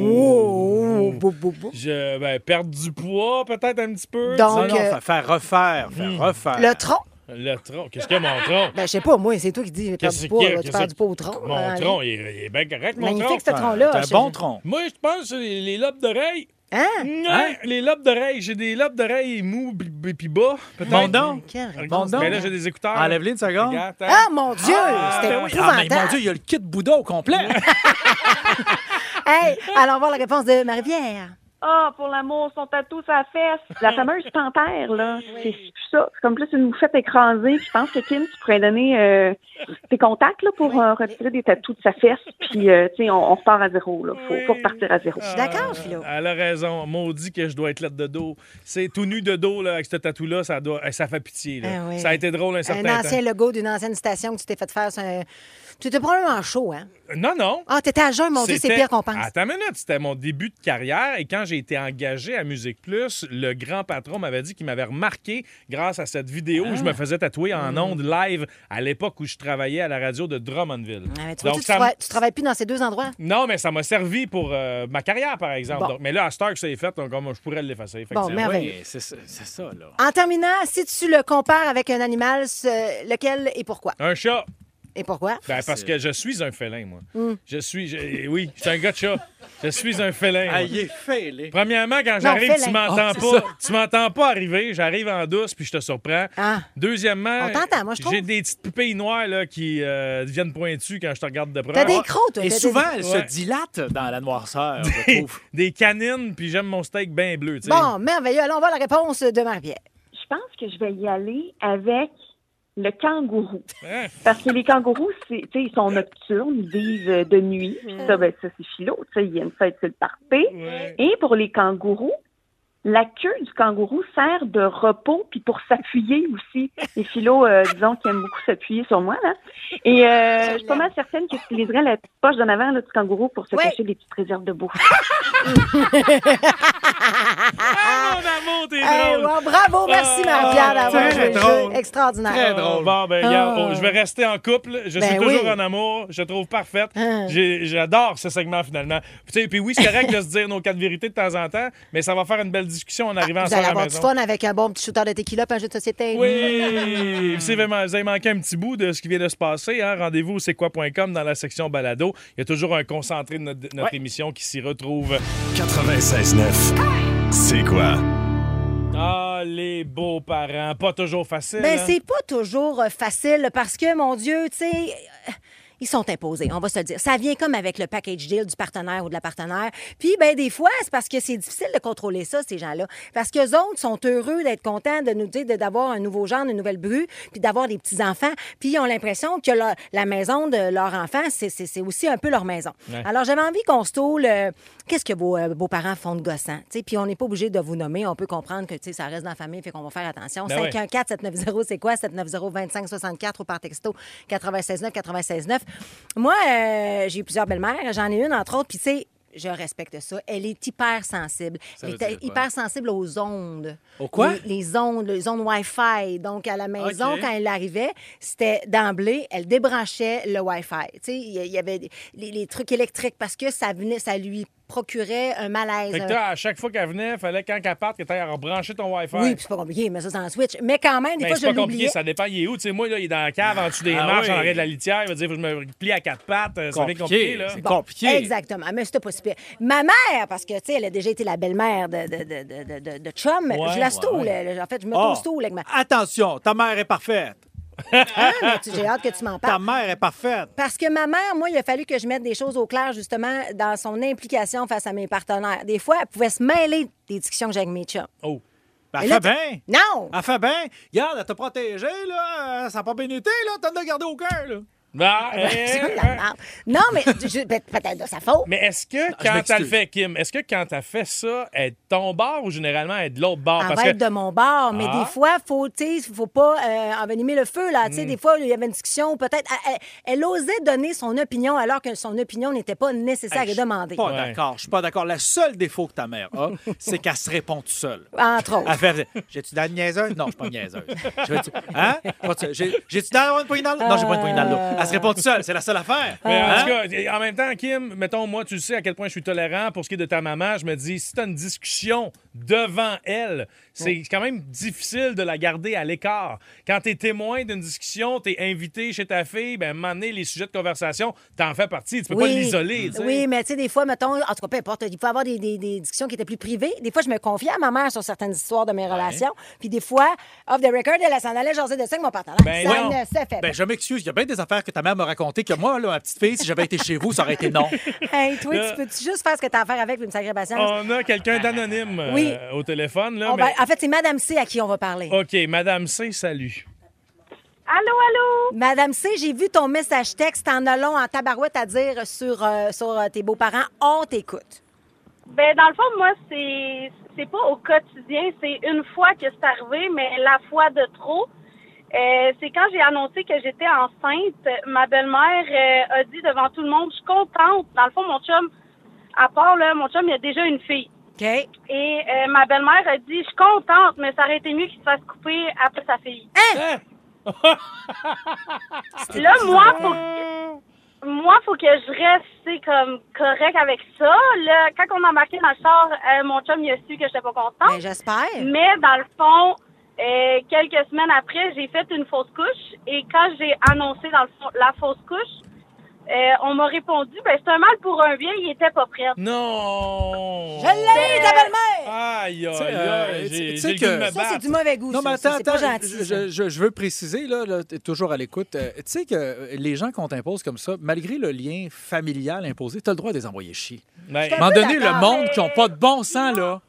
[SPEAKER 4] Oh.
[SPEAKER 6] bou, bou, bou.
[SPEAKER 4] Je, ben, perdre du poids, peut-être un petit peu.
[SPEAKER 5] Non,
[SPEAKER 6] Donc,
[SPEAKER 5] non,
[SPEAKER 6] euh, Hmm.
[SPEAKER 5] fa- faire refaire, faire
[SPEAKER 4] Ah.
[SPEAKER 5] refaire.
[SPEAKER 6] le tronc?
[SPEAKER 4] Le tronc. Qu'est-ce que mon tronc?
[SPEAKER 6] Ben, je sais pas, moi, c'est toi qui dis perdre
[SPEAKER 4] Qu'est-ce
[SPEAKER 6] du poids.
[SPEAKER 4] que-
[SPEAKER 6] là. Tu
[SPEAKER 4] qu'est-ce
[SPEAKER 6] perds
[SPEAKER 4] que-
[SPEAKER 6] du poids au tronc.
[SPEAKER 4] Mon
[SPEAKER 6] hein,
[SPEAKER 4] tronc, il est, il est bien correct, mon
[SPEAKER 6] Magnifique, ce
[SPEAKER 4] tronc.
[SPEAKER 6] tronc-là.
[SPEAKER 5] T'as un
[SPEAKER 6] je-
[SPEAKER 5] bon tronc.
[SPEAKER 4] Moi, je pense que les, les lobes d'oreilles.
[SPEAKER 6] Hein?
[SPEAKER 4] Non,
[SPEAKER 5] Hein?
[SPEAKER 4] Les lobes d'oreilles. J'ai des lobes d'oreilles mous bi- bi- puis bas. Peut-être.
[SPEAKER 5] Mon don.
[SPEAKER 6] Quelle
[SPEAKER 4] Regarde,
[SPEAKER 6] réponse.
[SPEAKER 5] donc.
[SPEAKER 4] Mais là, j'ai des écouteurs.
[SPEAKER 5] Enlève-les une seconde.
[SPEAKER 4] Regarde, attends.
[SPEAKER 6] Ah, mon Dieu! C'était
[SPEAKER 4] ben oui.
[SPEAKER 5] Ah, mais mon
[SPEAKER 6] épouvantable.
[SPEAKER 5] Dieu, il y a le kit Bouddha au complet.
[SPEAKER 6] Hey, allons voir la réponse de Marie-Pierre.
[SPEAKER 7] Ah, pour l'amour, son tatou, sa fesse. La fameuse panthère, là. C'est plus ça. C'est comme plus une mouchette écrasée. Je pense que Kim, tu pourrais donner euh, tes contacts là, pour euh, retirer des tatous de sa fesse. Puis, euh, tu sais, on, on repart à zéro. Là. Faut, faut repartir à zéro.
[SPEAKER 6] Je suis
[SPEAKER 4] Euh,
[SPEAKER 6] d'accord, Philo.
[SPEAKER 4] Elle a raison. Maudit que je dois être là de dos. C'est tout nu de dos là, avec ce tatou-là. Ça, doit... eh, ça fait pitié. Là.
[SPEAKER 6] Ah oui.
[SPEAKER 4] Ça a été drôle un certain hein.
[SPEAKER 6] Un ancien
[SPEAKER 4] temps.
[SPEAKER 6] logo d'une ancienne station que tu t'es fait faire. sur un- Tu étais probablement chaud, hein?
[SPEAKER 4] Non, non.
[SPEAKER 6] Ah, t'étais à jeun, mon Dieu, c'est
[SPEAKER 4] C'était-
[SPEAKER 6] pire qu'on pense.
[SPEAKER 4] Attends une minute, c'était mon début de carrière et quand j'ai été engagé à Musique Plus, le grand patron m'avait dit qu'il m'avait remarqué grâce à cette vidéo où je
[SPEAKER 6] Ah.
[SPEAKER 4] me faisais tatouer
[SPEAKER 6] Mm.
[SPEAKER 4] en ondes live à l'époque où je travaillais à la radio de Drummondville.
[SPEAKER 6] Ah, mais tu, vois,
[SPEAKER 4] Donc,
[SPEAKER 6] tu,
[SPEAKER 4] ça m-
[SPEAKER 6] travailles, tu travailles plus dans ces deux endroits.
[SPEAKER 4] Non, mais ça m'a servi pour euh, ma carrière, par exemple.
[SPEAKER 6] Bon.
[SPEAKER 4] Donc, mais là, à cette heure que c'est fait, donc, comme, je pourrais l'effacer.
[SPEAKER 6] Bon,
[SPEAKER 4] effectivement.
[SPEAKER 6] merveilleux.
[SPEAKER 5] Ben Oui, c'est ça, c'est ça, là.
[SPEAKER 6] En terminant, si tu le compares avec un animal, ce- lequel et pourquoi?
[SPEAKER 4] Un chat.
[SPEAKER 6] Et pourquoi?
[SPEAKER 4] Ben, parce
[SPEAKER 5] C'est-
[SPEAKER 4] que je suis un félin, moi.
[SPEAKER 6] Mm.
[SPEAKER 4] Je suis. je- oui, je suis un gars de chat. Je suis un félin. moi.
[SPEAKER 5] Ah, il est fêlé.
[SPEAKER 4] Premièrement, quand j'arrive,
[SPEAKER 6] félin.
[SPEAKER 4] tu m'entends
[SPEAKER 5] Ah, c'est
[SPEAKER 4] pas. Tu m'entends pas arriver. J'arrive en douce puis je te surprends.
[SPEAKER 6] Ah.
[SPEAKER 4] Deuxièmement,
[SPEAKER 6] On t'entend, moi, je trouve.
[SPEAKER 4] j'ai des petites poupées noires là, qui euh, deviennent pointues quand je te regarde de près.
[SPEAKER 6] T'as des crocs, toi.
[SPEAKER 5] Et
[SPEAKER 6] t'as des-
[SPEAKER 5] souvent, elle
[SPEAKER 4] Ouais.
[SPEAKER 5] se dilate dans la noirceur, je trouve.
[SPEAKER 4] Des canines, puis j'aime mon steak bien bleu. tu sais.
[SPEAKER 6] Bon, merveilleux. Alors, on voit la réponse de Marie-Pierre.
[SPEAKER 7] Je pense que je vais y aller avec le kangourou.
[SPEAKER 4] Hein?
[SPEAKER 7] Parce que les kangourous, c'est, tu sais, ils sont nocturnes, ils vivent euh, de nuit. Puis ça, ben, ça, c'est philo. Tu sais, il y a une fête, c'est le party.
[SPEAKER 4] Ouais.
[SPEAKER 7] Et pour les kangourous, la queue du kangourou sert de repos puis pour s'appuyer aussi. Les philo, euh, disons, qui aiment beaucoup s'appuyer sur moi. Là. Et euh, je suis pas mal certaine que tu liserais la petite poche d'en avant là, du kangourou pour se
[SPEAKER 6] Ouais.
[SPEAKER 7] cacher des petites réserves de bouffe.
[SPEAKER 4] Ah, mon amour, t'es
[SPEAKER 6] Hey,
[SPEAKER 4] drôle!
[SPEAKER 6] wow, bravo, merci
[SPEAKER 4] Ah,
[SPEAKER 6] Marie-Pierre d'avoir
[SPEAKER 5] très
[SPEAKER 6] joué le
[SPEAKER 5] drôle.
[SPEAKER 6] jeu. Extraordinaire.
[SPEAKER 5] Très drôle.
[SPEAKER 4] Bon, ben,
[SPEAKER 6] Ah.
[SPEAKER 4] regarde, oh, je vais rester en couple. Je
[SPEAKER 6] Ben
[SPEAKER 4] suis toujours
[SPEAKER 6] oui.
[SPEAKER 4] en amour. Je trouve parfaite.
[SPEAKER 6] Ah.
[SPEAKER 4] J'ai- J'adore ce segment, finalement. Puis, tu sais, puis oui, c'est correct de se dire nos quatre vérités de temps en temps, mais ça va faire une belle discussion en arrivant
[SPEAKER 6] Ah, Vous
[SPEAKER 4] ensemble
[SPEAKER 6] allez
[SPEAKER 4] à la
[SPEAKER 6] avoir du
[SPEAKER 4] maison.
[SPEAKER 6] fun avec un bon petit shooter de tequila puis un jeu de société.
[SPEAKER 4] Oui! si vraiment, vous avez manqué un petit bout de ce qui vient de se passer, hein, rendez-vous au c'est quoi.com dans la section balado. Il y a toujours un concentré de notre, notre émission qui s'y retrouve.
[SPEAKER 3] 96.9. C'est quoi?
[SPEAKER 4] Ah, les beaux-parents, pas toujours facile.
[SPEAKER 6] Ben,
[SPEAKER 4] hein?
[SPEAKER 6] c'est pas toujours euh, facile parce que, mon Dieu, tu sais, euh, ils sont imposés, on va se le dire. Ça vient comme avec le package deal du partenaire ou de la partenaire. Puis, ben, des fois, c'est parce que c'est difficile de contrôler ça, ces gens-là. Parce qu'eux autres sont heureux d'être contents de nous dire de- d'avoir un nouveau genre, une nouvelle bru, puis d'avoir des petits-enfants. Puis, ils ont l'impression que leur- la maison de leur enfant, c'est- c'est c'est aussi un peu leur maison. Alors, j'avais envie qu'on se tôle euh, qu'est-ce que vos euh, beaux-parents font de gossant. tu sais. Puis, on n'est pas obligé de vous nommer. On peut comprendre que tu sais, ça reste dans la famille, fait qu'on va faire attention.
[SPEAKER 4] Ben ouais.
[SPEAKER 6] 514 790 c'est quoi? 790-2564 ou par texto 969-969. Moi, euh, j'ai plusieurs belles-mères. J'en ai une, entre autres. Puis, tu sais, je respecte ça. Elle est hyper sensible. elle
[SPEAKER 5] veut
[SPEAKER 6] est
[SPEAKER 5] dire quoi?
[SPEAKER 6] hyper sensible aux ondes.
[SPEAKER 5] Au quoi?
[SPEAKER 6] Les, les ondes, les ondes Wi-Fi. Donc, à la maison,
[SPEAKER 5] Ok.
[SPEAKER 6] quand elle arrivait, c'était d'emblée, elle débranchait le Wi-Fi. Tu sais, il y il y avait des- les, les trucs électriques parce que ça venait, ça lui procurait un malaise.
[SPEAKER 4] Fait que
[SPEAKER 6] un-
[SPEAKER 4] toi, à chaque fois qu'elle venait, fallait quand qu'elle parte, que t'ailles rebrancher ton Wi-Fi.
[SPEAKER 6] Oui, puis c'est pas compliqué, mais ça, c'est dans le switch. Mais quand même, des
[SPEAKER 4] Ben,
[SPEAKER 6] fois,
[SPEAKER 4] c'est
[SPEAKER 6] je
[SPEAKER 4] pas compliqué,
[SPEAKER 6] l'oubliais.
[SPEAKER 4] ça dépend, il est où. Tu sais, moi, là, il est dans la cave, en dessous des
[SPEAKER 5] Ah
[SPEAKER 4] marches,
[SPEAKER 5] oui.
[SPEAKER 4] en arrière de la litière. Il va dire, faut que je me plie à quatre pattes. euh, Ça devient compliqué,
[SPEAKER 5] Compliqué,
[SPEAKER 4] là.
[SPEAKER 5] c'est
[SPEAKER 6] Bon,
[SPEAKER 5] compliqué.
[SPEAKER 6] Exactement. Mais c'était pas si pire. Ma mère, parce que, tu sais, elle a déjà été la belle-mère de, de, de, de, de, de Chum, je la stoule. elle. En fait, je me
[SPEAKER 5] Ah.
[SPEAKER 6] stoule avec ma.
[SPEAKER 5] Attention, ta mère est parfaite.
[SPEAKER 6] Hein, mais tu- J'ai hâte que tu m'en
[SPEAKER 5] Ta
[SPEAKER 6] parles.
[SPEAKER 5] mère est parfaite.
[SPEAKER 6] Parce que ma mère, moi, il a fallu que je mette des choses au clair, justement, dans son implication face à mes partenaires. Des fois, elle pouvait se mêler des discussions que j'ai avec mes chums.
[SPEAKER 4] Oh.
[SPEAKER 5] Ben,
[SPEAKER 6] Et
[SPEAKER 5] elle
[SPEAKER 6] là,
[SPEAKER 5] fait
[SPEAKER 6] tu-
[SPEAKER 5] bien.
[SPEAKER 6] Non!
[SPEAKER 5] Elle fait bien. Regarde, elle t'a protégé, là. euh, Ça n'a pas bien été, là. T'en as gardé aucun, là.
[SPEAKER 4] Ah,
[SPEAKER 6] C'est
[SPEAKER 4] eh,
[SPEAKER 6] de la merde. Non, mais je- ben, peut-être de sa faute.
[SPEAKER 4] Mais est-ce que
[SPEAKER 5] je
[SPEAKER 4] quand
[SPEAKER 5] m'excuse.
[SPEAKER 4] elle le fait, Kim, est-ce que quand elle fait ça, elle est de ton bord ou généralement elle est de l'autre bord?
[SPEAKER 6] Elle
[SPEAKER 4] Ah, Parce
[SPEAKER 6] va
[SPEAKER 4] que
[SPEAKER 6] être de mon bord, mais
[SPEAKER 4] Ah.
[SPEAKER 6] des fois, faut, tu sais, faut pas euh, envenimer le feu là. Tu
[SPEAKER 4] Hmm.
[SPEAKER 6] sais, des fois, il y avait une discussion, peut-être, elle, elle- elle osait donner son opinion alors que son opinion n'était pas nécessaire et demandée.
[SPEAKER 5] Pas
[SPEAKER 4] Ouais.
[SPEAKER 5] d'accord, je suis pas d'accord. Le seul défaut que ta mère a, c'est qu'elle se répond toute seule.
[SPEAKER 6] Entre autres.
[SPEAKER 5] Elle fait J'ai-tu dans une niaiseuse? Non, je suis pas une niaiseuse. Je veux-tu- Hein? J'ai- J'ai-tu dans une poignée dans le- Non, j'ai pas une poignée dans le dos. Elle se répond toute seule, c'est la seule affaire.
[SPEAKER 4] Mais euh, en
[SPEAKER 5] Hein?
[SPEAKER 4] tout cas, en même temps, Kim, mettons, moi, tu sais à quel point je suis tolérant pour ce qui est de ta maman. Je me dis, si tu as une discussion devant elle, c'est quand même difficile de la garder à l'écart. Quand tu es témoin d'une discussion, tu es invité chez ta fille, ben, à un moment donné, les sujets de conversation, t'en fais partie. Tu peux pas l'isoler. tu sais.
[SPEAKER 6] Oui, mais tu sais, des fois, mettons, en tout cas, peu importe, il peut y avoir des, des, des discussions qui étaient plus privées. Des fois, je me confiais à ma mère sur certaines histoires de mes relations. Puis des fois, off the record, elle elle s'en allait jaser de ça avec mon partenaire.
[SPEAKER 4] Ben
[SPEAKER 6] ça
[SPEAKER 4] non.
[SPEAKER 6] ne se fait pas.
[SPEAKER 5] Ben, je m'excuse, il y a bien des affaires que ta mère m'a racontées que moi, là, ma petite fille, si j'avais été chez vous, ça aurait été non.
[SPEAKER 6] Hey, toi, tu peux-tu juste faire ce que tu as à faire avec puis me sacrer patience?
[SPEAKER 4] On a quelqu'un d'anonyme euh,
[SPEAKER 6] Oui.
[SPEAKER 4] au téléphone. Là,
[SPEAKER 6] On
[SPEAKER 4] Ah, mais-
[SPEAKER 6] va- En fait, c'est Madame C à qui on va parler.
[SPEAKER 4] OK, Madame C, salut.
[SPEAKER 7] Allô, allô?
[SPEAKER 6] Madame C, j'ai vu ton message texte en a long en tabarouette à dire sur, euh, sur euh, tes beaux-parents. On t'écoute.
[SPEAKER 7] Ben, dans le fond, moi, c'est, c'est pas au quotidien, c'est une fois que c'est arrivé, mais la fois de trop. Euh, c'est quand j'ai annoncé que j'étais enceinte, ma belle-mère euh, a dit devant tout le monde, je suis contente. Dans le fond, mon chum, à part là, mon chum, il a déjà une fille.
[SPEAKER 6] OK?
[SPEAKER 7] Et euh, ma belle-mère a dit, je suis contente, mais ça aurait été mieux qu'il se fasse couper après sa fille. Là, moi, faut que- moi, faut que je reste, tu sais, comme correct avec ça. Là,
[SPEAKER 9] Ah.
[SPEAKER 7] quand on a marqué dans le char, euh, mon chum, il a su que j'étais pas
[SPEAKER 6] Ben,
[SPEAKER 7] contente.
[SPEAKER 6] j'espère.
[SPEAKER 7] Mais dans le fond, euh,
[SPEAKER 10] Euh, quelques semaines après, j'ai fait une fausse couche et quand j'ai annoncé dans le fond la fausse couche, euh, on m'a répondu ben c'est un mal pour un bien, il était pas prêt.
[SPEAKER 4] Non!
[SPEAKER 6] Je l'ai, ta belle-mère!
[SPEAKER 4] Aïe, aïe,
[SPEAKER 5] Tu sais, euh,
[SPEAKER 4] aïe,
[SPEAKER 5] tu- tu
[SPEAKER 4] j'ai
[SPEAKER 5] sais
[SPEAKER 4] j'ai le goût de
[SPEAKER 5] que-
[SPEAKER 4] me
[SPEAKER 6] Ça, c'est
[SPEAKER 4] battre.
[SPEAKER 6] du mauvais goût.
[SPEAKER 5] Non, mais
[SPEAKER 6] ça,
[SPEAKER 5] Ben, attends,
[SPEAKER 6] ça, c'est pas
[SPEAKER 5] attends,
[SPEAKER 6] gentil.
[SPEAKER 5] je, je- je- je veux préciser, là, tu es toujours à l'écoute. Euh, tu sais que euh, les gens qu'on t'impose comme ça, malgré le lien familial imposé, tu as le droit de les envoyer chier.
[SPEAKER 4] Ben,
[SPEAKER 5] À un moment
[SPEAKER 6] peu
[SPEAKER 5] donné, le
[SPEAKER 6] d'accord,
[SPEAKER 5] monde
[SPEAKER 10] mais-
[SPEAKER 5] qui n'a pas de bon sens, là.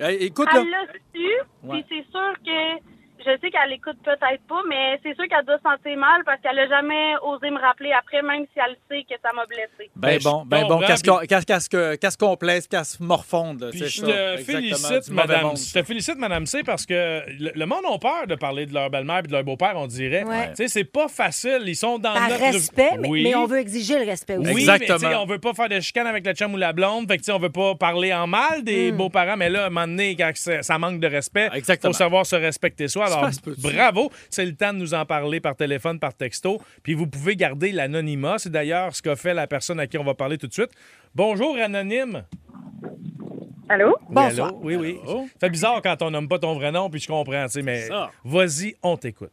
[SPEAKER 5] Euh, écoute, là.
[SPEAKER 10] Elle l'a su,
[SPEAKER 5] Ouais.
[SPEAKER 10] puis c'est sûr que je sais qu'elle écoute peut-être pas, mais c'est sûr qu'elle doit se sentir mal parce qu'elle a jamais osé me rappeler après, même si elle sait que ça m'a blessée.
[SPEAKER 5] Ben
[SPEAKER 4] Ben,
[SPEAKER 5] bon,
[SPEAKER 4] je
[SPEAKER 5] ben bon,
[SPEAKER 4] comprends,
[SPEAKER 5] qu'est-ce qu'on qu'est-ce- qu'est-ce que- qu'est-ce qu'on plaise, qu'est-ce qu'on morfonde, là,
[SPEAKER 4] Puis
[SPEAKER 5] c'est
[SPEAKER 4] je
[SPEAKER 5] ça,
[SPEAKER 4] te
[SPEAKER 5] exactement,
[SPEAKER 4] félicite,
[SPEAKER 5] du mauvais
[SPEAKER 4] madame.
[SPEAKER 5] monde.
[SPEAKER 4] Je te félicite, madame C, parce que le, le monde a peur de parler de leur belle-mère et de leur beau-père, on dirait.
[SPEAKER 6] Ouais.
[SPEAKER 4] Tu sais, c'est pas facile. Ils sont dans
[SPEAKER 6] Par
[SPEAKER 4] notre...
[SPEAKER 6] respect, mais,
[SPEAKER 4] Oui.
[SPEAKER 6] mais on veut exiger le respect aussi.
[SPEAKER 4] Oui, mais tu sais,
[SPEAKER 5] Exactement.
[SPEAKER 4] on veut pas faire de chicane avec la chum ou la blonde. Fait que tu sais, on veut pas parler en mal des beaux-parents, mais là, à un moment donné, quand ça, ça manque de respect,
[SPEAKER 5] Hmm. Exactement.
[SPEAKER 4] faut savoir se respecter soi. Alors,
[SPEAKER 5] Ça se peut-tu?
[SPEAKER 4] bravo, c'est le temps de nous en parler par téléphone, par texto. Puis vous pouvez garder l'anonymat. C'est d'ailleurs ce qu'a fait la personne à qui on va parler tout de suite. Bonjour, anonyme.
[SPEAKER 7] Allô?
[SPEAKER 4] Oui, allô? Oui, oui. Ça fait bizarre quand on nomme pas ton vrai nom, puis je comprends, tu sais, mais
[SPEAKER 5] Ça.
[SPEAKER 4] vas-y, on t'écoute.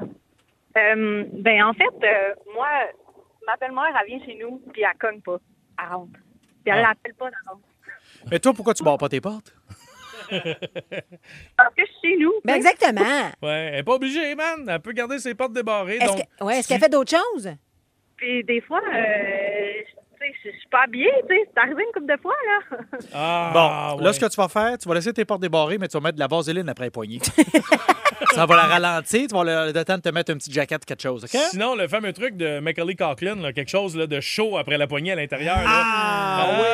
[SPEAKER 7] Euh, ben en fait, euh, moi, ma belle-mère, elle vient chez nous, puis elle cogne pas. Elle rentre. Puis elle
[SPEAKER 4] Ah.
[SPEAKER 7] l'appelle pas, elle rentre.
[SPEAKER 5] Mais toi, pourquoi tu barres pas tes portes?
[SPEAKER 7] Parce que je suis chez nous.
[SPEAKER 6] Ben exactement.
[SPEAKER 4] Ouais, elle est pas obligée, man. Elle peut garder ses portes débarrées.
[SPEAKER 6] Est-ce
[SPEAKER 4] donc,
[SPEAKER 6] que- ouais, est-ce qu'elle fait d'autres choses?
[SPEAKER 7] Puis des fois, euh, je- tu sais, je je suis pas habillée, tu sais. C'est arrivé une couple de fois, là.
[SPEAKER 4] Ah,
[SPEAKER 5] bon,
[SPEAKER 4] ouais.
[SPEAKER 5] là, ce que tu vas faire, tu vas laisser tes portes débarrées, mais tu vas mettre de la vaseline après les poignets. ça va la ralentir, tu vas le, le temps de te mettre un petit jacket, quelque chose, OK?
[SPEAKER 6] Hein?
[SPEAKER 4] Sinon, le fameux truc de Macaulay Culkin, là, quelque chose là, de chaud après la poignée à l'intérieur. là.
[SPEAKER 5] Ah, oui,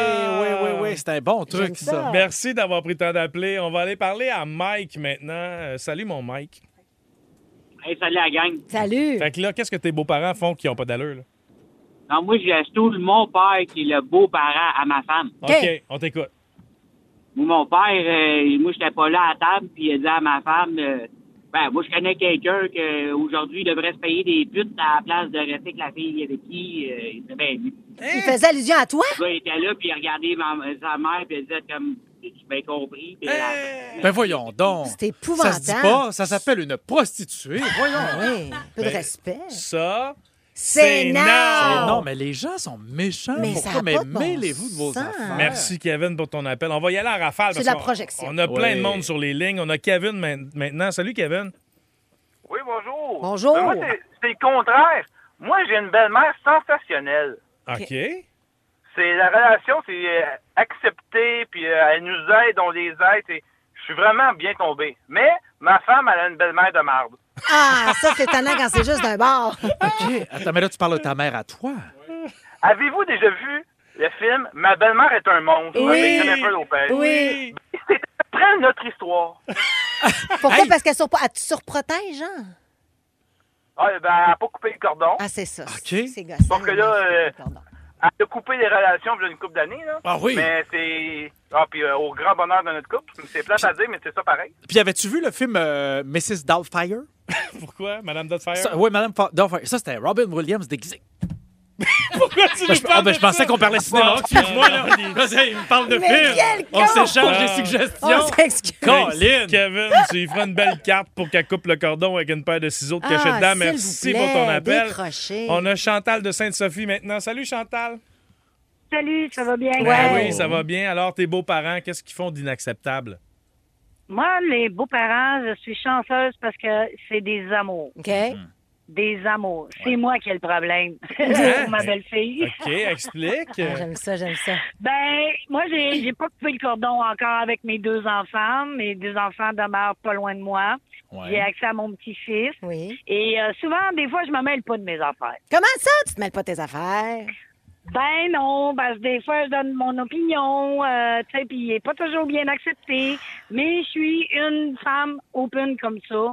[SPEAKER 5] oui, oui, oui, c'est un bon truc,
[SPEAKER 6] ça.
[SPEAKER 5] ça.
[SPEAKER 4] Merci d'avoir pris le temps d'appeler. On va aller parler à Mike maintenant. Euh, salut, mon Mike.
[SPEAKER 11] Hey, salut la gang.
[SPEAKER 6] Salut.
[SPEAKER 4] Fait que là, qu'est-ce que tes beaux-parents font qui n'ont pas d'allure? là?
[SPEAKER 11] Non, moi, j'ai tout mon père qui est le beau-parent à ma femme.
[SPEAKER 6] OK.
[SPEAKER 4] OK, on t'écoute.
[SPEAKER 11] Moi, mon père, euh, moi, j'étais pas là à table, puis il a dit à ma femme, euh, ben, moi, je connais quelqu'un que aujourd'hui il devrait se payer des putes à la place de rester avec la fille avec qui euh, il dit, ben, lui.
[SPEAKER 6] Il faisait allusion à toi?
[SPEAKER 11] Le gars il était là, puis il a regardé ma, sa mère, puis il disait comme, tu bien compris. Puis la-
[SPEAKER 5] Ben voyons donc.
[SPEAKER 6] C'est épouvantable. Ah
[SPEAKER 5] Ça se dit pas, ça s'appelle une prostituée, voyons.
[SPEAKER 6] Oui, peu de
[SPEAKER 5] Ben,
[SPEAKER 6] respect.
[SPEAKER 4] Ça,
[SPEAKER 6] C'est non!
[SPEAKER 5] Mais
[SPEAKER 4] non!
[SPEAKER 5] non, mais les gens sont méchants.
[SPEAKER 6] Mais ça
[SPEAKER 5] Pourquoi?
[SPEAKER 6] a
[SPEAKER 5] Mais
[SPEAKER 6] pas de bon
[SPEAKER 5] mêlez-vous de vos
[SPEAKER 6] sens.
[SPEAKER 5] affaires.
[SPEAKER 4] Merci, Kevin, pour ton appel. On va y aller en rafale.
[SPEAKER 6] Ah. C'est
[SPEAKER 4] parce
[SPEAKER 6] de la
[SPEAKER 4] qu'on-
[SPEAKER 6] projection.
[SPEAKER 4] On a plein
[SPEAKER 5] Ouais.
[SPEAKER 4] de monde sur les lignes. On a Kevin main- maintenant. Salut, Kevin.
[SPEAKER 9] Oui, bonjour.
[SPEAKER 6] Bonjour.
[SPEAKER 9] Ben, moi, c'est- c'est le contraire. Moi, j'ai une belle-mère sensationnelle.
[SPEAKER 4] OK.
[SPEAKER 9] C'est la relation, c'est euh, accepter, puis euh, elle nous aide, on les aide. et Je suis vraiment bien tombé. Mais ma femme, elle a une belle-mère de marde.
[SPEAKER 6] Ah, ça, c'est étonnant quand c'est juste d'un bar.
[SPEAKER 5] OK. Attends, mais là, tu parles de ta mère à toi.
[SPEAKER 9] Avez-vous déjà vu le film Ma belle-mère est un monstre
[SPEAKER 6] Oui.
[SPEAKER 9] avec Jennifer Lopez?
[SPEAKER 6] Oui.
[SPEAKER 9] Après notre histoire.
[SPEAKER 6] Pourquoi?
[SPEAKER 5] Hey.
[SPEAKER 6] Parce qu'elle surpo- elle te surprotège, hein? genre.
[SPEAKER 9] Ah, ben, elle n'a pas coupé le cordon.
[SPEAKER 6] Ah, c'est ça.
[SPEAKER 5] OK.
[SPEAKER 6] C'est gossant.
[SPEAKER 9] Parce que là, euh,
[SPEAKER 6] Pardon.
[SPEAKER 9] Elle a coupé les relations il y a une couple d'années. là.
[SPEAKER 5] Ah oui.
[SPEAKER 9] Mais c'est. Ah, puis euh, au grand bonheur de notre couple, c'est plate à dire, mais c'est ça pareil.
[SPEAKER 5] Puis avais-tu vu le film euh, Mrs. Doubtfire?
[SPEAKER 4] Pourquoi, Madame Dotfire?
[SPEAKER 5] Ça- Oui, Madame Fa- Doubtfire. Ça, c'était Robin Williams déguisé.
[SPEAKER 4] Pourquoi tu
[SPEAKER 5] Ben, je, ah, ben, je pensais qu'on parlait cinéma. Excuse-moi, là. Vas-y, il me parle de
[SPEAKER 6] Mais
[SPEAKER 5] film.
[SPEAKER 6] quel
[SPEAKER 5] On
[SPEAKER 6] con!
[SPEAKER 5] s'échange
[SPEAKER 4] Ah.
[SPEAKER 5] des suggestions.
[SPEAKER 6] On s'excuse.
[SPEAKER 5] Colin.
[SPEAKER 4] Kevin, tu lui feras une belle carte pour qu'elle coupe le cordon avec une paire de ciseaux de cachette
[SPEAKER 6] Ah,
[SPEAKER 4] dedans.
[SPEAKER 6] s'il
[SPEAKER 4] Merci
[SPEAKER 6] vous plaît,
[SPEAKER 4] pour ton appel.
[SPEAKER 6] décrochez.
[SPEAKER 4] On a Chantal de Sainte-Sophie maintenant. Salut Chantal.
[SPEAKER 10] Salut, ça va bien?
[SPEAKER 4] Ben oui, ça va bien. Alors, tes beaux-parents, qu'est-ce qu'ils font d'inacceptable?
[SPEAKER 10] Moi, les beaux-parents, je suis chanceuse parce que c'est des amours.
[SPEAKER 6] OK.
[SPEAKER 10] Des amours. C'est moi qui ai le problème.
[SPEAKER 4] Hein?
[SPEAKER 10] Pour ma belle-fille.
[SPEAKER 4] OK, explique.
[SPEAKER 6] Ah, j'aime ça, j'aime ça.
[SPEAKER 10] Ben, moi, j'ai j'ai pas coupé le cordon encore avec mes deux enfants. Mes deux enfants demeurent pas loin de moi.
[SPEAKER 6] Oh,
[SPEAKER 10] J'ai accès à mon petit-fils.
[SPEAKER 6] Oui.
[SPEAKER 10] Et euh, souvent, des fois, je me mêle pas de mes affaires.
[SPEAKER 6] Comment ça, tu te mêles pas tes affaires?
[SPEAKER 10] Ben non, parce que des fois, je donne mon opinion, euh, tu sais, puis il est pas toujours bien accepté. Mais je suis une femme open comme ça.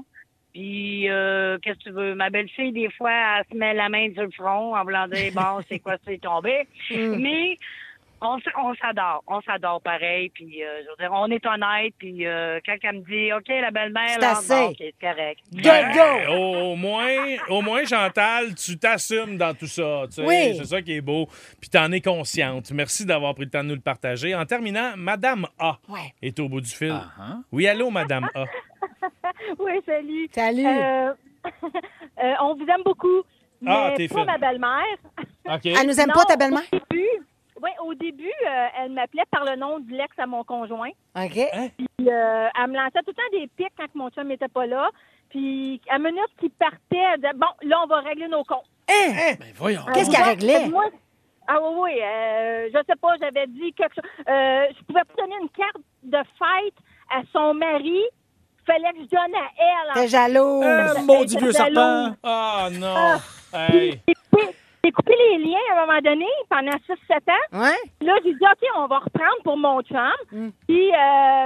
[SPEAKER 10] Puis, euh, qu'est-ce que tu veux? Ma belle-fille, des fois, elle se met la main sur le front en voulant dire, bon, c'est quoi, c'est tombé.
[SPEAKER 12] Hmm.
[SPEAKER 10] Mais on, s- on s'adore. On s'adore pareil. Puis, euh, je veux dire, on est honnête. Puis, euh, quand elle me dit, OK, la belle-mère,
[SPEAKER 6] C'est
[SPEAKER 10] là,
[SPEAKER 6] assez.
[SPEAKER 10] bon, OK, c'est correct.
[SPEAKER 6] Go,
[SPEAKER 4] Ben,
[SPEAKER 6] go!
[SPEAKER 4] au, au moins, au moins, Chantal, tu t'assumes dans tout ça. tu sais.
[SPEAKER 6] Oui.
[SPEAKER 4] C'est ça qui est beau. Puis t'en es consciente. Merci d'avoir pris le temps de nous le partager. En terminant, Madame A
[SPEAKER 6] Ouais.
[SPEAKER 4] est au bout du fil. Oui, allô, Madame A.
[SPEAKER 13] Oui, salut.
[SPEAKER 6] Salut.
[SPEAKER 13] Euh, euh, on vous aime beaucoup. Mais
[SPEAKER 4] Ah, t'es
[SPEAKER 13] pas
[SPEAKER 4] fine.
[SPEAKER 13] ma belle-mère.
[SPEAKER 4] OK.
[SPEAKER 6] Elle nous aime pas, ta belle-mère?
[SPEAKER 13] Au début, oui, au début, euh, elle m'appelait par le nom de l'ex à mon conjoint.
[SPEAKER 6] OK.
[SPEAKER 4] Hein?
[SPEAKER 13] Puis, euh, elle me lançait tout le temps des pics quand mon chum n'était pas là. Puis, à mesure qu'il partait, elle disait Bon, là, on va régler nos comptes.
[SPEAKER 5] Ben voyons.
[SPEAKER 6] Qu'est-ce qu'elle réglait?
[SPEAKER 13] Moi, ah oui, oui, euh, je sais pas, j'avais dit quelque chose. Euh, je pouvais pas donner une carte de fête à son mari. Fallait que je donne à elle.
[SPEAKER 6] T'es jaloux.
[SPEAKER 9] Euh,
[SPEAKER 5] Ah, mon Dieu, vieux serpent.
[SPEAKER 4] Ah non! Hey!
[SPEAKER 13] J'ai coupé les liens à un moment donné, pendant 6-7 ans.
[SPEAKER 6] Ouais.
[SPEAKER 13] Là, j'ai dit, OK, on va reprendre pour mon chum. Puis euh,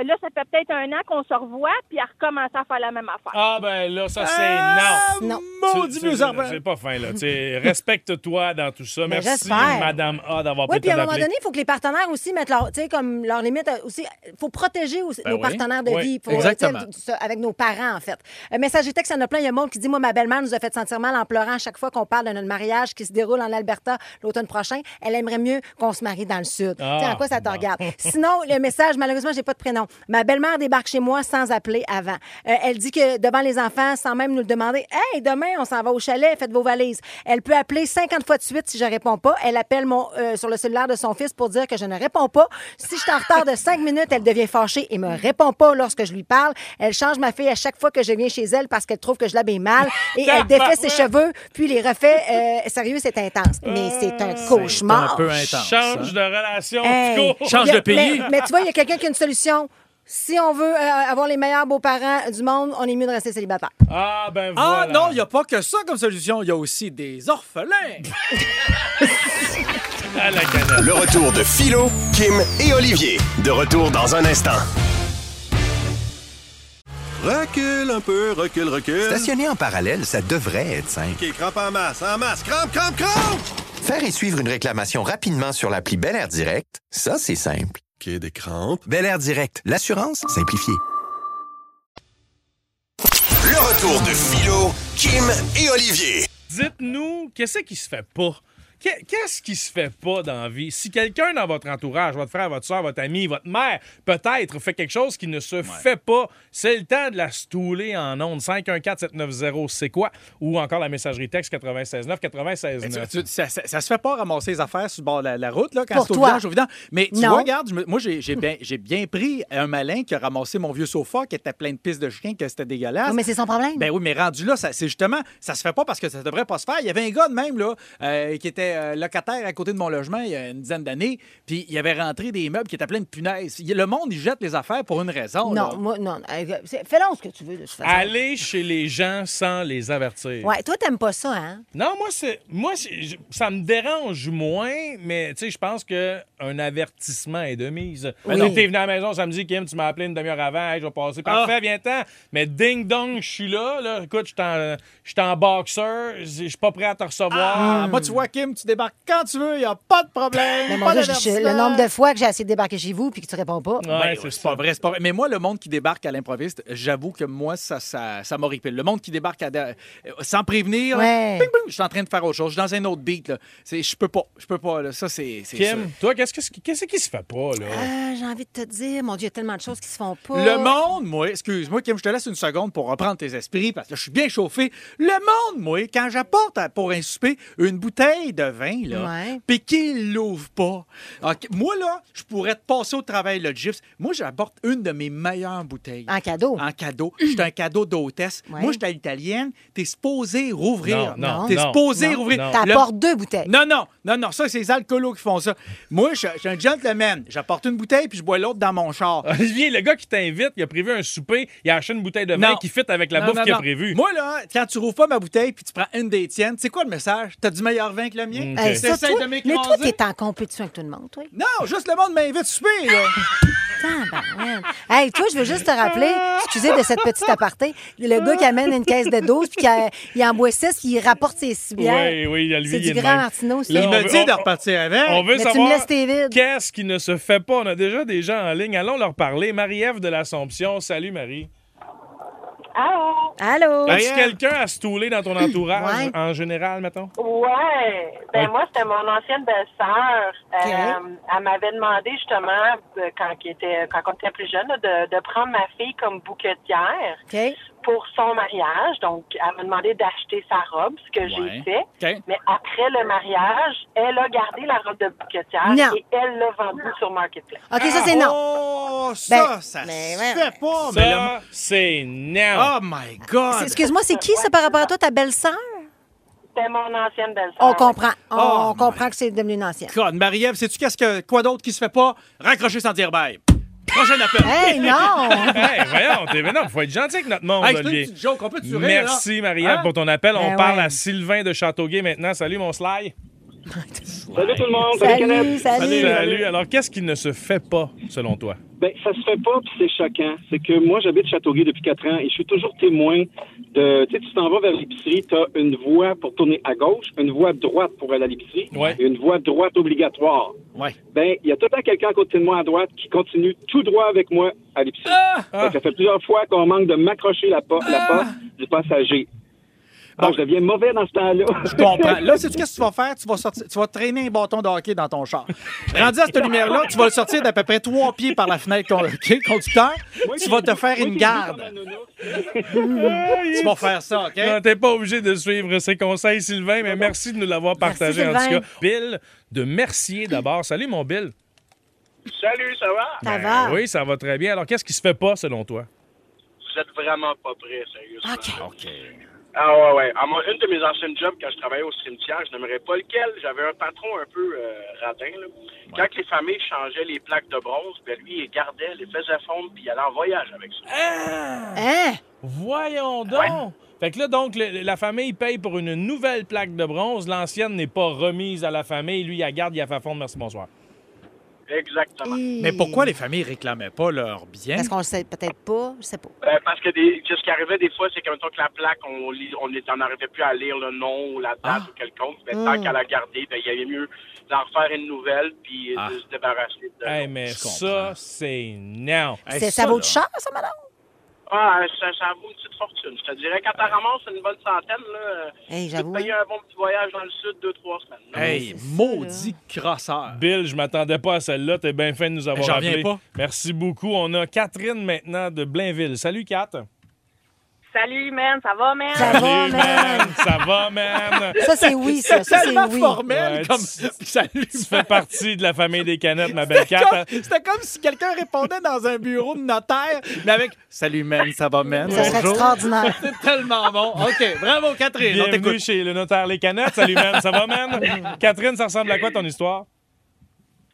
[SPEAKER 13] là, ça fait peut-être un an qu'on se revoit, puis elle recommence à faire la même affaire.
[SPEAKER 4] Ah ben là, ça c'est
[SPEAKER 5] Ah,
[SPEAKER 4] non!
[SPEAKER 6] Non.
[SPEAKER 5] Mon
[SPEAKER 4] C'est-
[SPEAKER 5] Dieu,
[SPEAKER 4] c'est-
[SPEAKER 5] vieux serpent.
[SPEAKER 4] C'est pas fin, là. Tu sais, Respecte-toi dans tout ça.
[SPEAKER 6] Ben,
[SPEAKER 4] Merci,
[SPEAKER 6] j'espère.
[SPEAKER 4] Madame A, d'avoir
[SPEAKER 6] Oui,
[SPEAKER 4] pris
[SPEAKER 6] puis à
[SPEAKER 4] le
[SPEAKER 6] un
[SPEAKER 4] temps
[SPEAKER 6] moment
[SPEAKER 4] d'appeler.
[SPEAKER 6] donné, il faut que les partenaires aussi mettent leur, tu sais, comme leur limite euh, aussi. Il faut protéger aussi
[SPEAKER 5] Ben
[SPEAKER 6] nos
[SPEAKER 5] oui.
[SPEAKER 6] partenaires de
[SPEAKER 4] Oui,
[SPEAKER 6] vie. Faut, euh,
[SPEAKER 5] exactement.
[SPEAKER 6] tu sais, ça, avec nos parents, en fait. Euh, message et texte, il y en a plein. Il y a monde qui dit Moi, ma belle-mère nous a fait sentir mal en pleurant à chaque fois qu'on parle de notre mariage qui se déroule en Alberta l'automne prochain. Elle aimerait mieux qu'on se marie dans le Sud.
[SPEAKER 4] Ah,
[SPEAKER 6] Tiens, à quoi ça te
[SPEAKER 4] bon.
[SPEAKER 6] regarde? Sinon, le message, malheureusement, j'ai pas de prénom. Ma belle-mère débarque chez moi sans appeler avant. Euh, elle dit que devant les enfants, sans même nous le demander, Hey, demain, on s'en va au chalet, faites vos valises. Elle peut appeler 50 fois de suite si je réponds pas. Elle appelle mon, euh, sur le cellulaire de son fils pour dire que je ne réponds pas. Si je suis en retard de 5 minutes, elle devient fâchée et me répond pas lorsque je lui parle. Elle change ma fille à chaque fois que je viens chez elle parce qu'elle trouve que je l'habille mal et elle défait ses cheveux puis les refait. Euh, sérieux, c'est intense. Mais c'est un cauchemar.
[SPEAKER 5] un peu intense.
[SPEAKER 4] Change
[SPEAKER 5] hein.
[SPEAKER 4] de relation,
[SPEAKER 6] Hey,
[SPEAKER 4] tu cours.
[SPEAKER 5] Change
[SPEAKER 6] y a-
[SPEAKER 5] de pays.
[SPEAKER 6] Mais, mais tu vois, il y a quelqu'un qui a une solution. Si on veut euh, avoir les meilleurs beaux-parents du monde, on est mieux de rester célibataire.
[SPEAKER 4] Ah ben
[SPEAKER 5] Ah
[SPEAKER 4] voilà.
[SPEAKER 5] non, il n'y a pas que ça comme solution. Il y a aussi des orphelins.
[SPEAKER 4] À la canette.
[SPEAKER 3] Le retour de Philo, Kim et Olivier. De retour dans un instant.
[SPEAKER 1] Recule un peu, recule, recule.
[SPEAKER 2] Stationner en parallèle, ça devrait être simple.
[SPEAKER 1] OK, crampe en masse, en masse, crampe, crampe, crampe!
[SPEAKER 2] Faire et suivre une réclamation rapidement sur l'appli Bel Air Direct, ça c'est simple.
[SPEAKER 1] OK, des crampes.
[SPEAKER 2] Bel Air Direct, l'assurance simplifiée.
[SPEAKER 3] Le retour de Philo, Kim et Olivier.
[SPEAKER 4] Dites-nous, qu'est-ce qui se fait pas? Qu'est- Qu'est-ce qui se fait pas dans la vie? Si quelqu'un dans votre entourage, votre frère, votre soeur, votre ami, votre mère, peut-être fait quelque chose qui ne se fait pas, c'est le temps de la stouler en ondes. 514-790, c'est quoi? Ou encore la messagerie texte 969
[SPEAKER 5] Mais tu-
[SPEAKER 4] 969
[SPEAKER 5] tu- ça, ça- ça se fait pas ramasser les affaires sur le bord de la, la route, là, quand
[SPEAKER 6] Pour
[SPEAKER 5] c'est au
[SPEAKER 6] toi.
[SPEAKER 5] vidange, au vidange. Mais tu
[SPEAKER 6] Non.
[SPEAKER 5] vois, regarde, je me- moi, j'ai j'ai bien, j'ai bien pris un malin qui a ramassé mon vieux sofa qui était plein de pistes de chien, que c'était dégueulasse.
[SPEAKER 6] Non, mais c'est son problème.
[SPEAKER 5] Ben oui, mais rendu là, ça- c'est justement, ça se fait pas parce que ça devrait pas se faire. Il y avait un gars de même, là, euh, qui était euh, locataire à côté de mon logement il y a une dizaine d'années, puis il avait rentré des meubles qui étaient pleins de punaises. Il- Le monde, il jette les affaires pour une raison. là.
[SPEAKER 6] non, moi, non. Euh, c'est- Fais-le ce que tu veux, de toute façon.
[SPEAKER 4] Aller chez les gens sans les avertir.
[SPEAKER 6] Ouais, toi, t'aimes pas ça, hein?
[SPEAKER 4] Non, moi, c'est, moi c'est- je- ça me dérange moins, mais tu sais, je pense qu'un avertissement est de mise.
[SPEAKER 6] Oui.
[SPEAKER 4] Tu es venu à la maison samedi, Kim, tu m'as appelé une demi-heure avant, Hey, je vais
[SPEAKER 5] Ah.
[SPEAKER 4] passer. Parfait, viens-t'en. Mais ding-dong, je suis là, là. Écoute, je suis en- je suis en boxeur, je suis pas prêt à te recevoir.
[SPEAKER 5] Ah, moi, tu vois, Kim, tu débarques quand tu veux, il n'y a pas de problème.
[SPEAKER 6] Hmm. Mais mon
[SPEAKER 5] pas
[SPEAKER 6] Dieu, je- je- le
[SPEAKER 5] d'avertissement.
[SPEAKER 6] nombre de fois que j'ai essayé de débarquer chez vous puis que tu réponds pas.
[SPEAKER 4] Ouais,
[SPEAKER 5] Ben,
[SPEAKER 4] c'est
[SPEAKER 5] c'est pas
[SPEAKER 4] ça.
[SPEAKER 5] vrai, c'est pas vrai. Mais moi, le monde qui débarque à l'improviste, j'avoue que moi, ça, ça, ça m'horripile. Le monde qui débarque à- euh, sans prévenir, là,
[SPEAKER 6] Ouais.
[SPEAKER 5] ping, ping, je suis en train de faire autre chose, je suis dans un autre beat. là. C'est- Je peux pas, je peux pas. là. Ça, c'est. c'est
[SPEAKER 4] Kim, toi, qu'est-ce, que- qu'est-ce qui se fait pas, là?
[SPEAKER 6] Ah, j'ai envie de te dire, mon Dieu, il y a tellement de choses qui se font
[SPEAKER 5] ça.
[SPEAKER 6] pas.
[SPEAKER 5] Le monde, moi, excuse-moi, Kim, je te laisse une seconde pour reprendre tes esprits parce que je suis bien chauffé. Le monde, moi, quand j'apporte à- pour un souper une bouteille de vin, là,
[SPEAKER 6] Ouais.
[SPEAKER 5] puis qu'il l'ouvre pas. ok, moi, là, je pourrais te passer au travail le gyps. Moi, j'apporte une de mes meilleures bouteilles.
[SPEAKER 6] En cadeau.
[SPEAKER 5] en cadeau. C'est un cadeau d'hôtesse.
[SPEAKER 6] Ouais.
[SPEAKER 5] Moi, j'étais à l'italienne. T'es supposé rouvrir.
[SPEAKER 4] Non, non,
[SPEAKER 5] T'es
[SPEAKER 4] non,
[SPEAKER 5] supposé
[SPEAKER 4] non,
[SPEAKER 5] rouvrir.
[SPEAKER 4] non.
[SPEAKER 5] Le-
[SPEAKER 6] T'apportes deux bouteilles.
[SPEAKER 5] Non, non, non, non, ça, c'est les alcoolos qui font ça. Moi, je je suis un gentleman. J'apporte une bouteille puis je bois l'autre dans mon char.
[SPEAKER 4] Olivier, le gars qui t'invite, il a prévu un souper, il a acheté une bouteille de vin
[SPEAKER 5] Non.
[SPEAKER 4] qui fit avec la
[SPEAKER 5] Non,
[SPEAKER 4] bouffe
[SPEAKER 5] non,
[SPEAKER 4] qu'il a
[SPEAKER 5] non.
[SPEAKER 4] prévue.
[SPEAKER 5] Moi, là, quand tu rouvres pas ma bouteille puis tu prends une des tiennes, c'est quoi le message? T'as du meilleur vin que le mien?
[SPEAKER 4] Mm.
[SPEAKER 6] Hey,
[SPEAKER 4] Ok.
[SPEAKER 6] ça,
[SPEAKER 5] T'essayes
[SPEAKER 6] toi-
[SPEAKER 5] de
[SPEAKER 6] mais
[SPEAKER 5] m'écraser?
[SPEAKER 6] toi, t'es en compétition avec tout le monde, toi.
[SPEAKER 5] Non, juste le monde m'invite souper, là.
[SPEAKER 6] Tabarouette. Hey, toi, je veux juste te rappeler, excusez de cette petite aparté, le gars qui amène une caisse de 12 puis qui a- il en boit 6, il rapporte ses 6
[SPEAKER 4] Oui,
[SPEAKER 6] bières.
[SPEAKER 4] oui, lui,
[SPEAKER 6] c'est
[SPEAKER 4] il est
[SPEAKER 6] du
[SPEAKER 4] de
[SPEAKER 6] grand
[SPEAKER 4] même.
[SPEAKER 6] Martino, ça.
[SPEAKER 4] Là,
[SPEAKER 5] Il
[SPEAKER 4] on
[SPEAKER 5] me
[SPEAKER 4] veut-
[SPEAKER 5] dit de
[SPEAKER 4] on-
[SPEAKER 5] repartir avec.
[SPEAKER 4] On veut
[SPEAKER 6] Mais tu me
[SPEAKER 4] savoir
[SPEAKER 6] laisses tes vides.
[SPEAKER 4] qu'est-ce qui ne se fait pas. On a déjà des gens en ligne. Allons leur parler. Marie-Ève de l'Assomption. Salut, Marie.
[SPEAKER 6] Ah.
[SPEAKER 10] Allô?
[SPEAKER 6] Allô?
[SPEAKER 4] As-tu quelqu'un à stouler dans ton entourage
[SPEAKER 6] Ouais.
[SPEAKER 4] en général, mettons?
[SPEAKER 14] Ah,
[SPEAKER 13] Oh,
[SPEAKER 10] Ouais. Ben,
[SPEAKER 4] Ouais.
[SPEAKER 10] moi, c'était mon ancienne belle-sœur. Euh,
[SPEAKER 6] Ok.
[SPEAKER 10] elle m'avait demandé, justement, de- quand, qu'elle était, quand on était plus jeune, là, de, de prendre ma fille comme bouquetière.
[SPEAKER 6] OK.
[SPEAKER 14] pour son mariage. Donc, elle m'a demandé d'acheter sa robe, ce que j'ai fait. Mais après le mariage, elle a gardé la robe de bouquetière
[SPEAKER 6] Non.
[SPEAKER 14] et elle l'a vendue sur Marketplace.
[SPEAKER 6] OK, ça, c'est non. Ben,
[SPEAKER 4] Oh,
[SPEAKER 6] ça,
[SPEAKER 5] ça
[SPEAKER 6] fait
[SPEAKER 5] pas,
[SPEAKER 4] Ça, c'est now.
[SPEAKER 5] Oh my God!
[SPEAKER 6] Excuse-moi, c'est qui ça par rapport à toi, ta belle-sœur?
[SPEAKER 14] C'était mon ancienne belle-sœur.
[SPEAKER 6] On comprend. On,
[SPEAKER 5] Oh
[SPEAKER 6] on comprend que c'est devenu une ancienne.
[SPEAKER 5] God, Marie-Ève, sais-tu qu'est-ce que, quoi d'autre qui se fait pas? Raccrocher sans dire bye. Prochain appel.
[SPEAKER 6] Hey, non!
[SPEAKER 4] hey, voyons, t'es- mais non, faut être gentil avec notre monde,
[SPEAKER 5] Hey, c'est une
[SPEAKER 4] Olivier.
[SPEAKER 5] petite joke, on peut te sourire,
[SPEAKER 4] Merci,
[SPEAKER 5] là.
[SPEAKER 4] Marie-Ève,
[SPEAKER 5] Hein?
[SPEAKER 4] pour ton appel.
[SPEAKER 5] Ben
[SPEAKER 4] On parle
[SPEAKER 5] ouais.
[SPEAKER 4] à Sylvain de Châteauguay maintenant. Salut, mon Sly.
[SPEAKER 15] Salut tout le monde.
[SPEAKER 6] Salut,
[SPEAKER 15] Kenneth.
[SPEAKER 4] Salut. Alors, qu'est-ce qui ne se fait pas, selon toi?
[SPEAKER 15] Ben, ça se fait pas, puis c'est choquant. C'est que moi, j'habite Châteauguay depuis quatre ans et je suis toujours témoin de. Tu sais, tu t'en vas vers l'épicerie, tu as une voie pour tourner à gauche, une voie droite pour aller à l'épicerie,
[SPEAKER 5] Ouais.
[SPEAKER 15] et une voie droite obligatoire.
[SPEAKER 5] Ouais.
[SPEAKER 15] Ben, il y a tout le temps quelqu'un à côté de moi à droite qui continue tout droit avec moi à l'épicerie. Fait que Ça fait plusieurs fois qu'on manque de m'accrocher la, po- la porte du passager. Ah, je deviens mauvais dans ce temps-là.
[SPEAKER 5] Je comprends. Là, sais-tu qu'est-ce que tu vas faire? Tu vas, sortir, tu vas traîner un bâton de hockey dans ton char. Rendu à cette lumière-là, tu vas le sortir d'à peu près trois pieds par la fenêtre con- qui est conducteur. Tu vas te faire une garde.
[SPEAKER 4] tu
[SPEAKER 5] vas faire ça, OK?
[SPEAKER 4] Non, t'es pas obligé de suivre ses conseils, Sylvain, mais merci de nous l'avoir partagé, en
[SPEAKER 5] Sylvain.
[SPEAKER 4] tout cas. Bill de Mercier, d'abord. Salut, mon Bill.
[SPEAKER 16] Salut, ça va?
[SPEAKER 4] Ben Oui, ça va très bien. Alors, qu'est-ce qui se fait pas, selon toi?
[SPEAKER 16] Vous êtes vraiment pas prêts, sérieusement.
[SPEAKER 4] OK.
[SPEAKER 16] Ah ouais, ouais. À moi, une de mes anciennes jobs, quand je travaillais au cimetière, je n'aimerais pas lequel, j'avais un patron un peu euh, radin. là. Quand les familles changeaient les plaques de bronze, ben lui, il gardait, les faisait fondre, puis il allait en voyage avec ça.
[SPEAKER 4] Hein? Voyons donc! Fait que là, donc, le- la famille paye pour une nouvelle plaque de bronze. L'ancienne n'est pas remise à la famille. Lui, il la garde, il la fait fondre. Merci, bonsoir.
[SPEAKER 16] Exactement.
[SPEAKER 5] Mais pourquoi les familles réclamaient pas leurs biens?
[SPEAKER 6] Parce qu'on le sait peut-être pas, je sais pas.
[SPEAKER 16] Ben, parce que des, que ce qui arrivait des fois, c'est qu'en même temps que la plaque, on lit- on est- on n'arrivait plus à lire le nom ou la date
[SPEAKER 5] Ah!
[SPEAKER 12] Ah,
[SPEAKER 16] ou
[SPEAKER 6] Ah.
[SPEAKER 16] quelconque. Mais tant
[SPEAKER 4] Hmm.
[SPEAKER 16] qu'à la garder, ben, il y avait mieux d'en refaire une nouvelle puis
[SPEAKER 6] Ah.
[SPEAKER 16] de se débarrasser de
[SPEAKER 4] Hey, mais ça, c'est non.
[SPEAKER 6] C'est- ça vaut de cher, ça, madame?
[SPEAKER 16] Ah, ça, ça vaut une petite fortune. Je te dirais, quand t'en ramasses une bonne centaine, là,
[SPEAKER 6] Hey,
[SPEAKER 16] tu
[SPEAKER 6] j'avoue.
[SPEAKER 16] peux te payer un bon petit voyage dans le sud, deux, trois semaines. là.
[SPEAKER 5] Hey, maudit crosseur.
[SPEAKER 4] Bill, je m'attendais pas à celle-là. T'es bien fin de nous avoir
[SPEAKER 5] J'en reviens
[SPEAKER 4] appelé.
[SPEAKER 5] pas.
[SPEAKER 4] Merci beaucoup. On a Catherine maintenant de Blainville. Salut, Kat.
[SPEAKER 12] Salut, man, ça va, man?
[SPEAKER 4] Salut, man. Ça va, man.
[SPEAKER 12] Ça, c'est oui, ça. Ça, c'est Tellement oui.
[SPEAKER 5] formel
[SPEAKER 4] comme...
[SPEAKER 5] Salut,
[SPEAKER 4] Tu fais partie de la famille des canettes, ma belle Kat.
[SPEAKER 5] Comme- C'était comme si quelqu'un répondait dans un bureau de notaire, mais avec Salut, man, ça va, man.
[SPEAKER 4] Ça serait
[SPEAKER 5] Bonjour.
[SPEAKER 4] extraordinaire.
[SPEAKER 5] C'est tellement bon. OK, bravo, Catherine. on
[SPEAKER 4] Bienvenue
[SPEAKER 5] t'écoute.
[SPEAKER 4] chez le notaire Les Canettes. Salut, man. Ça va, man? Catherine, ça ressemble à quoi ton histoire?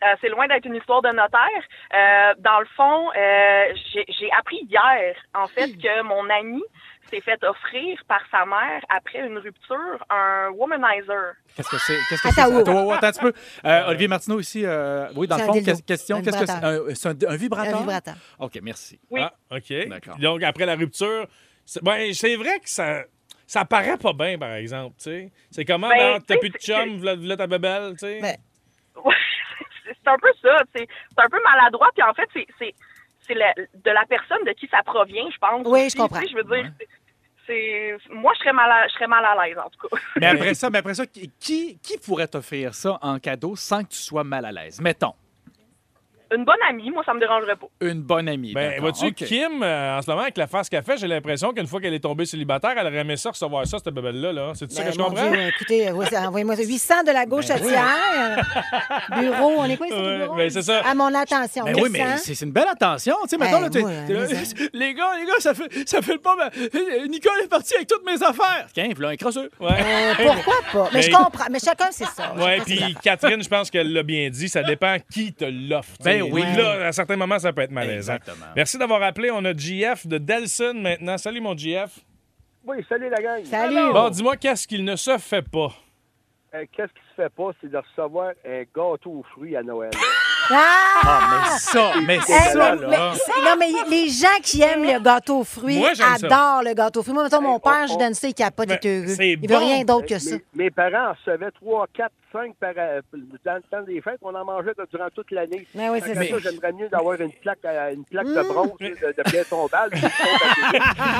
[SPEAKER 12] Euh, c'est loin d'être une histoire de notaire. Euh, dans le fond, euh, j'ai j'ai appris hier, en fait, que mon ami s'est fait offrir par sa mère, après une rupture, un womanizer.
[SPEAKER 5] Qu'est-ce que c'est? Qu'est-ce que
[SPEAKER 12] Attends,
[SPEAKER 5] c'est? ça?
[SPEAKER 12] wow.
[SPEAKER 5] Attends, wow, attends un petit peu. Euh, Olivier Martineau ici. euh, oui, dans
[SPEAKER 6] C'est
[SPEAKER 5] le
[SPEAKER 6] un
[SPEAKER 5] fond,
[SPEAKER 6] dildo.
[SPEAKER 5] que- question.
[SPEAKER 6] Un
[SPEAKER 5] Qu'est-ce que c'est?
[SPEAKER 6] vibrateur.
[SPEAKER 5] Un, c'est un- un vibrateur?
[SPEAKER 6] Un vibrateur.
[SPEAKER 5] OK, merci.
[SPEAKER 4] Ah, OK. Donc, après la rupture, c'est ben, c'est vrai que ça. Ça paraît pas bien, par exemple, tu sais. C'est comment,
[SPEAKER 12] Ben,
[SPEAKER 4] ben, t'as
[SPEAKER 12] tu
[SPEAKER 4] plus de
[SPEAKER 12] sais, c'est-
[SPEAKER 4] chum, v'là v'là ta bébelle, tu
[SPEAKER 6] Ben,
[SPEAKER 4] sais.
[SPEAKER 12] C'est c'est un peu ça. C'est c'est un peu maladroit. Puis en fait, c'est- c'est c'est la- de la personne de qui ça provient, je pense.
[SPEAKER 6] Oui, je
[SPEAKER 12] aussi.
[SPEAKER 6] comprends.
[SPEAKER 12] Tu sais, Je veux dire, c'est- c'est moi, je serais mal à, je serais mal à l'aise, en tout cas.
[SPEAKER 5] Mais après ça, mais après ça qui, qui qui pourrait t'offrir ça en cadeau sans que tu sois mal à l'aise? Mettons,
[SPEAKER 12] Une bonne amie, moi, ça me dérangerait pas.
[SPEAKER 5] une bonne amie.
[SPEAKER 4] Ben,
[SPEAKER 5] d'accord,
[SPEAKER 4] vois-tu,
[SPEAKER 5] OK.
[SPEAKER 4] Kim, euh, en ce moment, avec la face qu'elle fait, j'ai l'impression qu'une fois qu'elle est tombée célibataire, elle aurait aimé ça recevoir ça, cette bébelle-là. Là. C'est ça
[SPEAKER 6] Ben,
[SPEAKER 4] que je
[SPEAKER 6] mon
[SPEAKER 4] comprends?
[SPEAKER 6] Dieu, écoutez, euh, oui, ça, envoyez-moi ça. 800 de la gauche à bureau, on est quoi, c'est le
[SPEAKER 5] Ben Ouais,
[SPEAKER 6] bureau?
[SPEAKER 5] ben, c'est ça.
[SPEAKER 6] À mon attention.
[SPEAKER 5] Ben
[SPEAKER 6] 800.
[SPEAKER 5] oui, mais c'est c'est une belle attention. Tu sais, mettons,
[SPEAKER 6] Ben,
[SPEAKER 5] là, t'es-
[SPEAKER 6] moi,
[SPEAKER 5] t'es là, les gars, les gars, ça fait, ça fait le pas. mais- Nicole est parti avec toutes mes affaires. Tiens, voilà un crosseux.
[SPEAKER 6] Euh, pourquoi pas? Mais je comprends. Mais chacun, c'est ça.
[SPEAKER 4] Ouais,
[SPEAKER 6] Chacun ses
[SPEAKER 4] puis
[SPEAKER 6] affaires.
[SPEAKER 4] Catherine, je pense qu'elle l'a bien dit, ça dépend qui te l'offre. tu
[SPEAKER 5] Ben
[SPEAKER 4] sais.
[SPEAKER 5] oui.
[SPEAKER 4] Là, à certains moments, ça peut être malaisant.
[SPEAKER 5] Exactement.
[SPEAKER 4] Merci d'avoir appelé. On a GF de Delson maintenant. Salut, mon GF.
[SPEAKER 17] Oui, salut la gang.
[SPEAKER 5] Oh.
[SPEAKER 4] Bon, dis-moi, qu'est-ce qu'il ne se fait pas?
[SPEAKER 17] Euh, Qu'est-ce qui se fait pas, c'est de recevoir un gâteau aux fruits à Noël.
[SPEAKER 6] Ah!
[SPEAKER 5] Ah, mais ça, mais
[SPEAKER 6] Hey,
[SPEAKER 5] ça, là.
[SPEAKER 6] mais- mais- c'est- non, mais les gens qui aiment le gâteau aux fruits
[SPEAKER 5] Moi, j'aime ça. Oh, ben,
[SPEAKER 6] adorent le gâteau aux fruits. Moi, mettons, mon père, je donne ça, il capote, il est heureux. Il veut rien d'autre que ça.
[SPEAKER 17] Mes, mes parents en recevaient 3, 4, cinq par euh, dans le temps des fêtes, on en mangeait de- durant toute l'année.
[SPEAKER 6] Ben oui,
[SPEAKER 17] Fait
[SPEAKER 6] c'est
[SPEAKER 17] que
[SPEAKER 6] ça.
[SPEAKER 17] ça, j'aimerais mieux d'avoir une plaque, euh, une plaque
[SPEAKER 1] Mmh.
[SPEAKER 17] de bronze tu sais, de, de pierre tombale.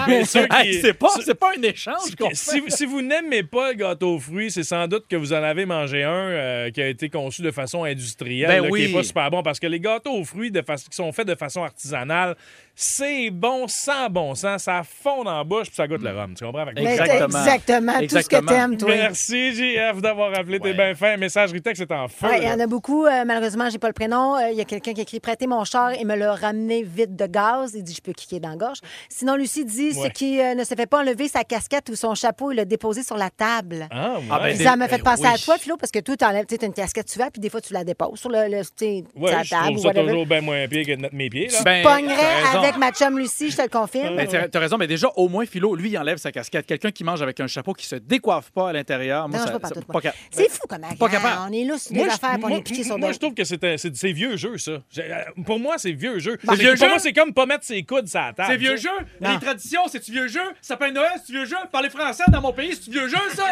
[SPEAKER 4] Mais ceux qui-
[SPEAKER 5] Ah. Hey, c'est pas-
[SPEAKER 4] ceux-
[SPEAKER 5] c'est pas un échange qu'on
[SPEAKER 4] si,
[SPEAKER 5] fait.
[SPEAKER 4] si vous n'aimez pas le gâteau aux fruits, c'est sans doute que vous en avez mangé un euh, qui a été conçu de façon industrielle,
[SPEAKER 5] Ben
[SPEAKER 4] là,
[SPEAKER 5] oui.
[SPEAKER 4] qui n'est pas super bon. Parce que les gâteaux aux fruits de fa- qui sont faits de façon artisanale, c'est bon sans bon sens. Ça fond en bouche puis ça goûte le rhum. Tu comprends?
[SPEAKER 5] Ben
[SPEAKER 4] Fait que-
[SPEAKER 6] Mais Exactement. Ben, exactement, tout ce que Exactement. t'aimes, toi.
[SPEAKER 4] Merci, JF, d'avoir appelé tes bien fins. Messagerie texte est en feu.
[SPEAKER 6] Ouais, Il y
[SPEAKER 4] là.
[SPEAKER 6] en a beaucoup. Euh, malheureusement, j'ai pas le prénom. Euh, Il y a quelqu'un qui écrit Prêtez mon char et me le ramener vite de gaz. Il dit Je peux kicker dans la gorge. Sinon, Lucie dit
[SPEAKER 4] Ouais.
[SPEAKER 6] Ce qui euh, ne se fait pas enlever sa casquette ou son chapeau et le déposer sur la table.
[SPEAKER 4] Ah, ouais.
[SPEAKER 5] ben,
[SPEAKER 6] Puis ça m'a fait penser à toi, Philo, parce que toi, t'enlèves, tu as une casquette, tu vas, puis des fois, tu la déposes sur le, le- tu sais,
[SPEAKER 4] Ouais,
[SPEAKER 6] sa
[SPEAKER 4] je
[SPEAKER 6] table
[SPEAKER 4] trouve
[SPEAKER 6] ou
[SPEAKER 4] ça
[SPEAKER 6] whatever.
[SPEAKER 4] toujours bien moins pire que de mettre mes pieds. Là.
[SPEAKER 6] Tu te pognerais avec ma chum Lucie, je te le confirme.
[SPEAKER 5] Ben, t'as t'as raison, mais déjà, au moins, Philo, lui, il enlève sa casquette. Quelqu'un qui mange avec un chapeau qui se décoiffe pas à l'intérieur, moi,
[SPEAKER 6] Non,
[SPEAKER 5] ça,
[SPEAKER 6] je vois pas
[SPEAKER 5] ça-
[SPEAKER 6] tout, moi.
[SPEAKER 5] pas cap-
[SPEAKER 6] C'est fou comme
[SPEAKER 5] Pas capable.
[SPEAKER 6] On est là sur des
[SPEAKER 4] Moi, je-
[SPEAKER 6] affaires, puis on
[SPEAKER 4] moi-
[SPEAKER 6] est piqué sur
[SPEAKER 4] Moi,
[SPEAKER 6] d'autres.
[SPEAKER 4] je trouve que c'est un- c'est c'est vieux jeu, ça. J'ai- euh, Pour moi, c'est vieux jeu.
[SPEAKER 5] Bah,
[SPEAKER 4] C'est-
[SPEAKER 5] vieux
[SPEAKER 4] pour
[SPEAKER 5] jeu?
[SPEAKER 4] moi, c'est comme pas mettre ses coudes sur la table.
[SPEAKER 5] C'est vieux
[SPEAKER 4] tu sais.
[SPEAKER 5] jeu? Les traditions, c'est-tu vieux jeu? Ça s'appelle Noël, c'est-tu vieux jeu? Parler français dans mon pays, c'est-tu vieux jeu, ça?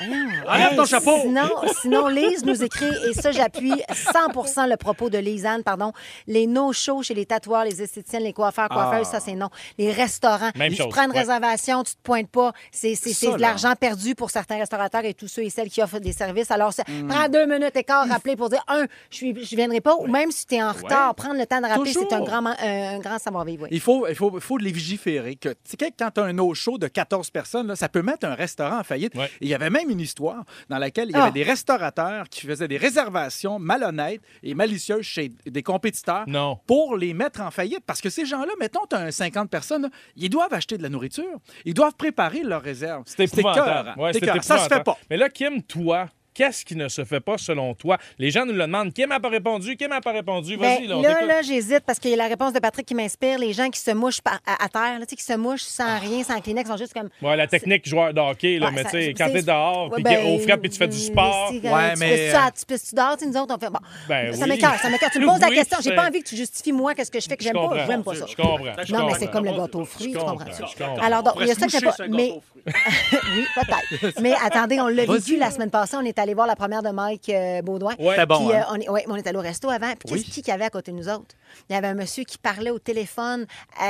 [SPEAKER 5] Enlève
[SPEAKER 6] Hey,
[SPEAKER 5] ton chapeau!
[SPEAKER 6] Sinon, sinon, Lise nous écrit, et ça, j'appuie 100 le propos de Lisanne, pardon. Les no-shows chez les tatoueurs, les esthéticiennes, les coiffeurs, coiffeuses,
[SPEAKER 5] Ah.
[SPEAKER 6] ça, c'est non. Les restaurants.
[SPEAKER 5] Même
[SPEAKER 6] tu
[SPEAKER 5] chose,
[SPEAKER 6] prends une
[SPEAKER 5] ouais.
[SPEAKER 6] réservation, tu te pointes pas. C'est c'est-
[SPEAKER 5] Ça,
[SPEAKER 6] c'est de
[SPEAKER 5] là.
[SPEAKER 6] l'argent perdu pour certains restaurateurs et tous ceux et celles qui offrent des services. Alors, ça-
[SPEAKER 5] Hmm.
[SPEAKER 6] prends deux minutes et quart, rappeler pour dire, un, je suis- je viendrai pas, ou même si tu es en retard, prendre le temps de rappeler, c'est un
[SPEAKER 5] Toujours.
[SPEAKER 6] grand, man- euh, un grand savoir-vivre. oui.
[SPEAKER 5] Il faut, il faut, faut les vigiférer. Que, tu sais, quand- quand tu as un eau show de 14 personnes, là, ça peut mettre un restaurant en faillite. Il y avait même une histoire dans laquelle il y
[SPEAKER 6] Ah.
[SPEAKER 5] avait des restaurateurs qui faisaient des réservations malhonnêtes et malicieuses chez des compétiteurs pour les mettre en faillite. Parce que ces gens-là, mettons, tu as 50 personnes, là, ils doivent acheter de la nourriture. Ils doivent préparer leurs réserves.
[SPEAKER 4] C'est
[SPEAKER 5] écœurant.
[SPEAKER 4] épouvantable. Ouais,
[SPEAKER 5] C'est
[SPEAKER 4] c'est
[SPEAKER 5] écœurant. Ça se fait
[SPEAKER 4] épouvantable.
[SPEAKER 5] pas.
[SPEAKER 4] Mais là, Kim, toi, qu'est-ce qui ne se fait pas selon toi? Les gens nous le demandent. Kim n'a pas répondu. Kim n'a pas répondu. Vas-y,
[SPEAKER 6] Ben,
[SPEAKER 4] là, on
[SPEAKER 6] là,
[SPEAKER 4] t'écoute.
[SPEAKER 6] là, j'hésite parce qu'il y a la réponse de Patrick qui m'inspire. Les gens qui se mouchent par- à, à terre, là, tu sais, qui se mouchent sans rien, sans Kleenex, sont juste comme.
[SPEAKER 4] Ah. Ouais, la technique joueur de hockey, là,
[SPEAKER 6] Ouais,
[SPEAKER 4] mais
[SPEAKER 6] Ah, ça-
[SPEAKER 4] tu sais, quand
[SPEAKER 6] c'est-
[SPEAKER 4] t'es dehors,
[SPEAKER 6] Ouais,
[SPEAKER 4] puis
[SPEAKER 6] ben,
[SPEAKER 4] au frappe, puis tu fais du sport.
[SPEAKER 6] Si, quand tu pisses-tu à- tu pisses-tu dehors, tu sais, nous autres, on fait. Bon.
[SPEAKER 4] Ben
[SPEAKER 6] ça
[SPEAKER 4] oui.
[SPEAKER 6] m'écœure, ça m'écœure. Tu me poses la
[SPEAKER 4] Oui,
[SPEAKER 6] question. J'ai
[SPEAKER 4] c'est-
[SPEAKER 6] pas envie que tu justifies moi qu'est-ce que je fais que j'aime
[SPEAKER 4] Je
[SPEAKER 6] pas ou
[SPEAKER 4] comprends.
[SPEAKER 6] j'aime pas ça.
[SPEAKER 4] Je comprends. Ben, Je
[SPEAKER 6] Non, mais
[SPEAKER 4] comprends.
[SPEAKER 6] c'est comme le gâteau aux fruits, tu comprends.
[SPEAKER 4] comprends. Je comprends.
[SPEAKER 6] Alors, donc,
[SPEAKER 4] On
[SPEAKER 6] il y a
[SPEAKER 4] pourrait
[SPEAKER 6] ça que
[SPEAKER 4] se
[SPEAKER 6] j'aime
[SPEAKER 4] moucher
[SPEAKER 6] pas.
[SPEAKER 4] sur un
[SPEAKER 6] Mais... oui, peut-être. Mais attendez, on l'a
[SPEAKER 4] Vas-y.
[SPEAKER 6] vécu la semaine passée. On est allé voir la première de Mike euh, Baudouin.
[SPEAKER 4] Ouais. C'était bon,
[SPEAKER 6] Puis, euh,
[SPEAKER 4] hein?
[SPEAKER 6] on, est... ouais, mais on est allé au resto avant. Puis
[SPEAKER 4] Oui.
[SPEAKER 6] qu'est-ce qui qu'il y avait à côté de nous autres? Il y avait un monsieur qui parlait au téléphone. euh,
[SPEAKER 4] Ah,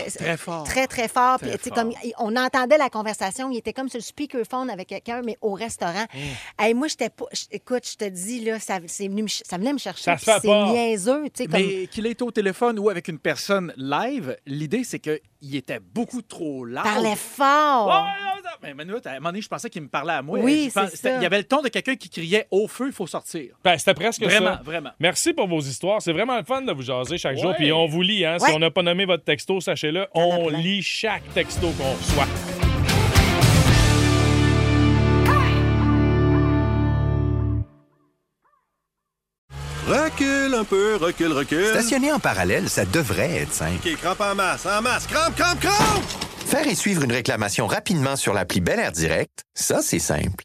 [SPEAKER 6] euh,
[SPEAKER 5] très fort.
[SPEAKER 6] Très, très fort. Puis,
[SPEAKER 5] Très
[SPEAKER 6] tu sais,
[SPEAKER 5] fort.
[SPEAKER 6] comme, il- on entendait la conversation. Il était comme sur le speakerphone avec quelqu'un, mais au restaurant.
[SPEAKER 4] Mmh.
[SPEAKER 6] Hey, moi, j'étais pas. j- Écoute, je te dis, là, ça, c'est venu me ch- ça venait me chercher.
[SPEAKER 5] Ça se
[SPEAKER 6] puis
[SPEAKER 5] fait
[SPEAKER 6] c'est
[SPEAKER 5] pas.
[SPEAKER 6] niaiseux. tu sais, Comme...
[SPEAKER 5] Mais qu'il ait été au téléphone ou avec une personne live, l'idée, c'est qu'il était beaucoup trop large.
[SPEAKER 6] Parlait fort.
[SPEAKER 5] Ouais, ouais, ouais, mais Manuel, à un moment donné, je pensais qu'il me parlait à moi.
[SPEAKER 6] Oui,
[SPEAKER 5] Je pense-
[SPEAKER 6] c'est
[SPEAKER 5] c'était-
[SPEAKER 6] ça.
[SPEAKER 5] Il y avait le ton de quelqu'un qui criait « Au feu, il faut sortir
[SPEAKER 4] Ben, c'était presque ça.
[SPEAKER 5] Vraiment, vraiment.
[SPEAKER 4] Merci pour vos histoires. C'est vraiment le fun de vous jaser chaque jour.
[SPEAKER 5] Ouais.
[SPEAKER 4] Puis on vous lit. Hein. Si
[SPEAKER 5] Ouais.
[SPEAKER 4] on n'a pas nommé votre texto, sachez-le, on lit chaque texto qu'on reçoit.
[SPEAKER 1] Recule un peu, recule, recule.
[SPEAKER 2] Stationner en parallèle, ça devrait être simple.
[SPEAKER 1] OK, crampe en masse, en masse, crampe, crampe, crampe!
[SPEAKER 2] Faire et suivre une réclamation rapidement sur l'appli Bel Air Direct, ça, c'est simple.